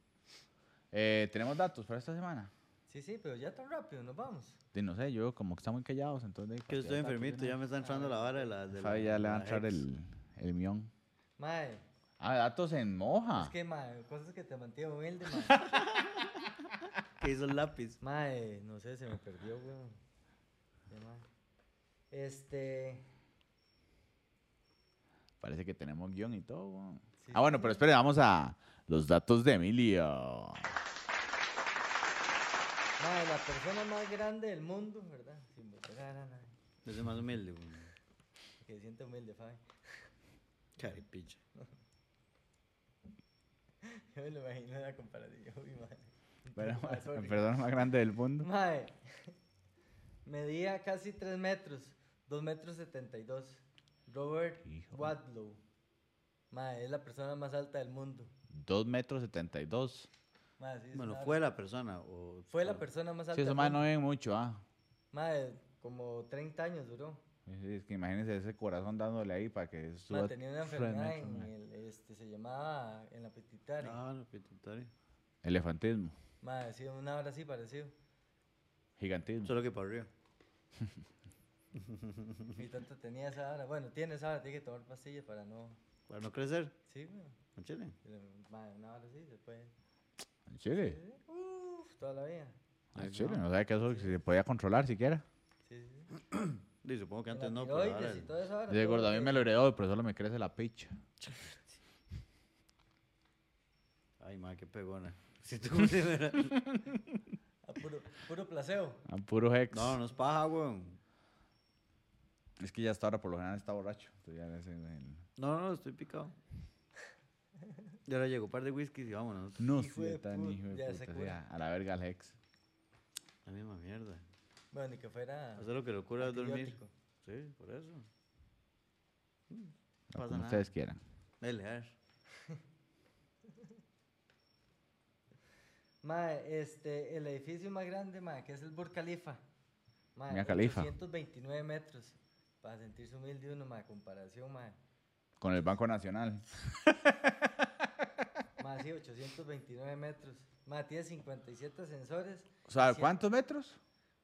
S2: Eh, ¿Tenemos datos para esta semana?
S1: Sí, sí, pero ya tan rápido, nos vamos.
S2: Sí, no sé, yo como que estamos callados, entonces...
S3: Que estoy enfermito, ya me está entrando la vara de la. De la-
S2: Fabi ya le va a
S3: la
S2: entrar
S3: ex.
S2: el, el mión.
S1: Mae,
S2: Ah, datos en moja.
S1: es que, mae, cosas que te mantienen humilde, mae.
S3: ¿Qué hizo el lápiz?
S1: Mae, no sé, se me perdió, weón. Ya, mae. Este.
S2: Parece que tenemos guión y todo. weón.
S1: Sí,
S2: ah, bueno,
S1: sí,
S2: pero
S1: sí.
S2: espere, vamos a los datos de Emilio.
S1: Mae, la persona más grande del mundo, ¿verdad? Sin meter a nadie.
S3: Yo soy más humilde, güey.
S1: Que se siente humilde, Fabi.
S3: Caripicha.
S1: Yo me lo imagino en la comparación. Uy, mae.
S2: Bueno,
S1: Mae, sorry.
S2: la persona más grande del mundo.
S1: Mae, medía casi 3 metros, 2 metros 72. Robert
S2: Hijo.
S1: Wadlow. Mae, es la persona más alta del mundo.
S2: 2 metros 72.
S1: Mae, sí, es
S3: Bueno,
S1: una-
S3: fue la persona. O,
S1: fue la
S3: o-
S1: persona más alta.
S2: Sí, esos
S1: del
S2: más no
S1: mundo.
S2: ven mucho, ah.
S1: Mae, como 30 años duró.
S2: Sí, sí, Es que imagínense ese corazón dándole ahí para que
S1: Mae,
S2: suba
S1: tenía una
S2: tres
S1: enfermedad
S2: metros,
S1: en
S2: mae.
S1: el, este, se llamaba en la pituitaria.
S3: Ah, la pituitaria.
S2: Elefantismo,
S1: Mae, sí, una hora así parecido.
S2: gigantismo.
S3: Solo que para arriba.
S1: Y tanto tenía esa hora. Bueno, tiene esa hora, tiene que tomar pastillas para no.
S3: Para no crecer.
S1: Sí, mae.
S3: ¿En Chile?
S1: Y le- Mae, una hora así se puede.
S2: ¿En Chile?
S1: Uf, toda la vida.
S2: ¿En Chile? No sabía que eso se podía controlar siquiera.
S1: Sí, sí.
S3: Y supongo que
S1: La
S3: antes no, pero ahora
S1: tiroides y
S3: el-
S1: toda esa vara,
S2: Dice,
S1: todo
S2: gordo, a mí
S1: que-
S2: me lo heredó, pero solo me crece la picha.
S3: Ay, madre, qué pegona. Si tú me dijeras-
S1: a puro, puro placebo.
S2: A puro hex.
S3: No, no es paja, weón.
S2: Es que ya hasta ahora por lo general está borracho. Entonces ya es en el-
S3: No, no, estoy picado. Y ahora llegó un par de whiskies y vámonos.
S2: No
S1: Hijo de
S2: sé, tan
S1: put-
S2: hijo de
S1: ya se
S2: puta,
S1: cura.
S2: sí, a- a la verga el hex.
S3: La misma mierda.
S1: Bueno, ni que fuera.
S3: Hacer lo que lo cura es dormir.
S1: antibiótico.
S3: Sí, por eso. No
S2: o
S3: pasa
S2: Como
S3: nada.
S2: ustedes quieran.
S3: Dele, a ver.
S1: Mae, este, el edificio más grande, mae, que es el Burj Khalifa. Mae,
S2: Mia Khalifa.
S1: 829 metros. Para sentirse humilde uno, mae, comparación, mae.
S2: Con el Banco Nacional.
S1: Mae, sí, 829 metros. Mae, tiene 57 ascensores.
S2: O sea,
S1: Cien-
S2: ¿cuántos metros?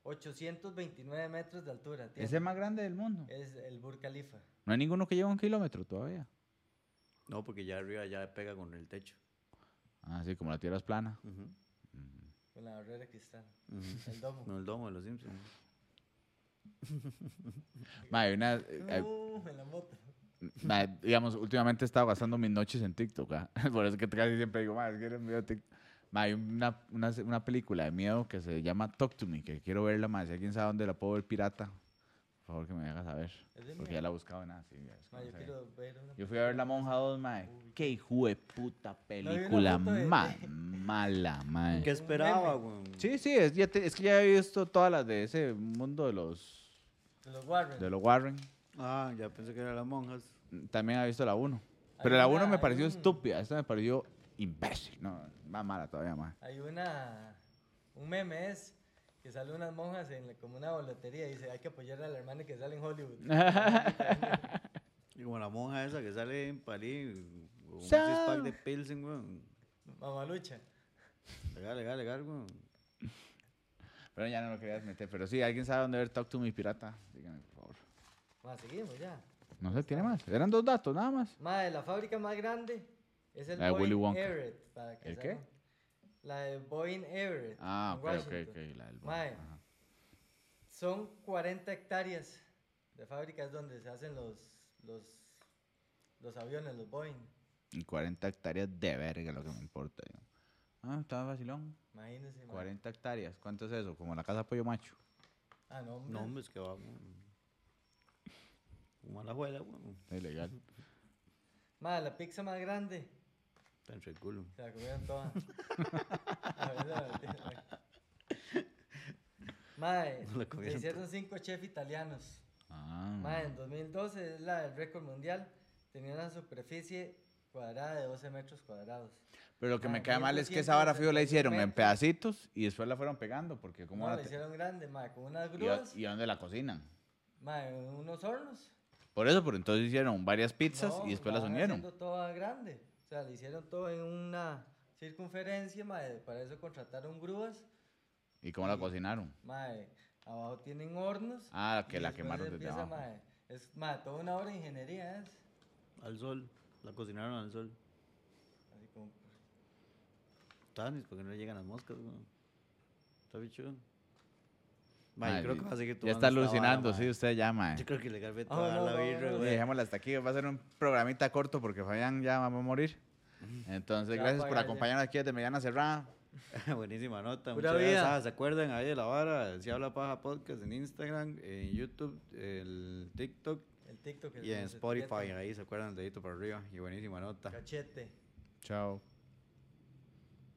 S1: 829 metros de altura. tiene.
S2: Es el más grande del mundo.
S1: Es el Burj Khalifa.
S2: No hay ninguno que lleve un kilómetro todavía.
S3: No, porque ya arriba ya pega con el techo.
S2: Ah, sí, como la tierra es plana.
S3: Ujú,
S1: Con la barrera de cristal.
S3: ujú.
S1: El domo.
S3: No, el domo de los Simpsons.
S2: Mae, una, eh, eh,
S1: Uh, en la moto.
S2: mae, digamos, últimamente he estado gastando mis noches en TikTok. ah. Por eso que casi siempre digo, mae, quiero un video de TikTok. Mae, hay una, una, se- una película de miedo que se llama Talk to Me, que quiero verla, mae. Si alguien sabe dónde la puedo ver pirata, por favor que me haga saber.
S1: Es de
S2: Porque
S1: miedo.
S2: ya la he buscado en nada. sí, ya es como
S1: Mae, yo
S2: se-
S1: quiero ver una
S2: Yo fui a ver La Monja 2, mae. Qué hijo de puta
S1: una
S2: película
S1: foto de ti.
S2: más mala, mae.
S3: ¿Qué esperaba,
S1: meme.
S3: weón?
S2: Sí, sí, es, ya te- es que ya he visto todas las de ese mundo de los,
S1: De los Warren.
S2: de los Warren.
S3: Ah, ya pensé que eran las monjas.
S2: También he visto la 1. Pero
S1: Hay
S2: la
S1: una-
S2: 1 me
S1: hay
S2: pareció
S1: un-
S2: estúpida, esta me pareció imbécil. No, más mala todavía, mae.
S1: Hay una. Un meme es que salen unas monjas en la- como una boletería y dice: hay que apoyar a la hermana que sale en Hollywood.
S3: Y como la monja esa que sale en Palí, con un
S2: Sal.
S3: six-pack de Pilsen, weón.
S1: Mamalucha.
S3: Legal, legal, legal, weón.
S2: Pero ya no lo quería meter. Pero sí, ¿alguien sabe dónde ver Talk to Me Pirata? Díganme, por favor.
S1: Más seguimos ya.
S2: No sé, tiene más. Eran dos datos, nada más.
S1: Mae, la fábrica más grande es el
S2: La de Willy
S1: Boeing
S2: Wonka.
S1: Everett. para que
S2: ¿El qué?
S1: sepan. La de Boeing Everett.
S2: Ah,
S1: en
S2: ok, ok,
S1: Washington.
S2: ok. La del
S1: Mae.
S2: ajá.
S1: Son 40 hectáreas de fábricas donde se hacen los, los, los aviones, los Boeing.
S2: Y 40 hectáreas de verga, lo que me importa. yo. Ah, estaba vacilón.
S1: Imagínense. mae.
S2: 40 hectáreas. ¿Cuánto es eso? Como la casa Pollo Macho.
S1: Ah, no, hombre.
S3: No, hombre, es que va, weón. Como a la abuela, weón.
S2: Es ilegal.
S1: Mae, la pizza más grande.
S3: Está entre el culo.
S1: Se la comieron toda. La verdad, la- Mae,
S3: No la comieron
S1: se hicieron cinco chefs italianos.
S2: Ah,
S1: Mae, en 2012 es la del récord mundial. Tenía una superficie cuadrada de 12 metros cuadrados.
S2: Pero lo que me
S1: Mae,
S2: cae mal es que esa vara fijo la hicieron en
S1: 1260
S2: pedacitos y después la fueron pegando porque como
S1: No, la hicieron grande, mae, con unas
S2: y, a-
S1: grúas,
S2: y a dónde la cocinan.
S1: mae, unos hornos.
S2: Por eso, pero entonces hicieron varias pizzas
S1: No,
S2: y después las
S1: van
S2: unieron.
S1: haciendo toda grande. O sea, le hicieron todo en una circunferencia, mae, para eso contrataron grúas.
S2: ¿Y cómo la
S1: y-
S2: cocinaron?
S1: Mae, abajo tienen hornos.
S2: Ah, que
S1: y
S2: la
S1: después
S2: quemaron desde
S1: empieza,
S2: abajo.
S1: mae, es mae, toda una obra de ingeniería es.
S3: Al sol. La cocinaron al sol.
S1: Así como,
S3: Tanis, porque no le llegan las moscas, weón. Está bicho.
S2: Mae,
S3: Mae, yo creo que
S2: ya-
S3: va a seguir
S2: Ya
S3: tomando
S2: está
S3: esta vara,
S2: alucinando,
S3: mae.
S2: sí, usted ya, mae.
S3: Yo creo que legalmente
S1: Ah,
S3: va a dar
S1: no,
S3: la
S1: no,
S3: birra,
S1: no,
S2: Y
S1: no.
S3: güey.
S2: dejémosla hasta aquí, va a ser un programita corto porque Fabián ya va a morir. Entonces,
S1: Ya
S2: gracias por
S1: apágale.
S2: acompañarnos aquí desde Mediana Cerrada.
S3: Buenísima nota.
S1: Pura
S3: muchas gracias.
S1: vida.
S3: Ah, ¿Se acuerdan ahí de la vara? Si habla paja podcast en Instagram, en YouTube, el TikTok
S1: el TikTok. que
S3: y en
S1: nos
S3: Spotify.
S1: etiqueta.
S3: Ahí se acuerdan dedito para arriba. Y buenísima nota.
S1: Cachete.
S2: Chao.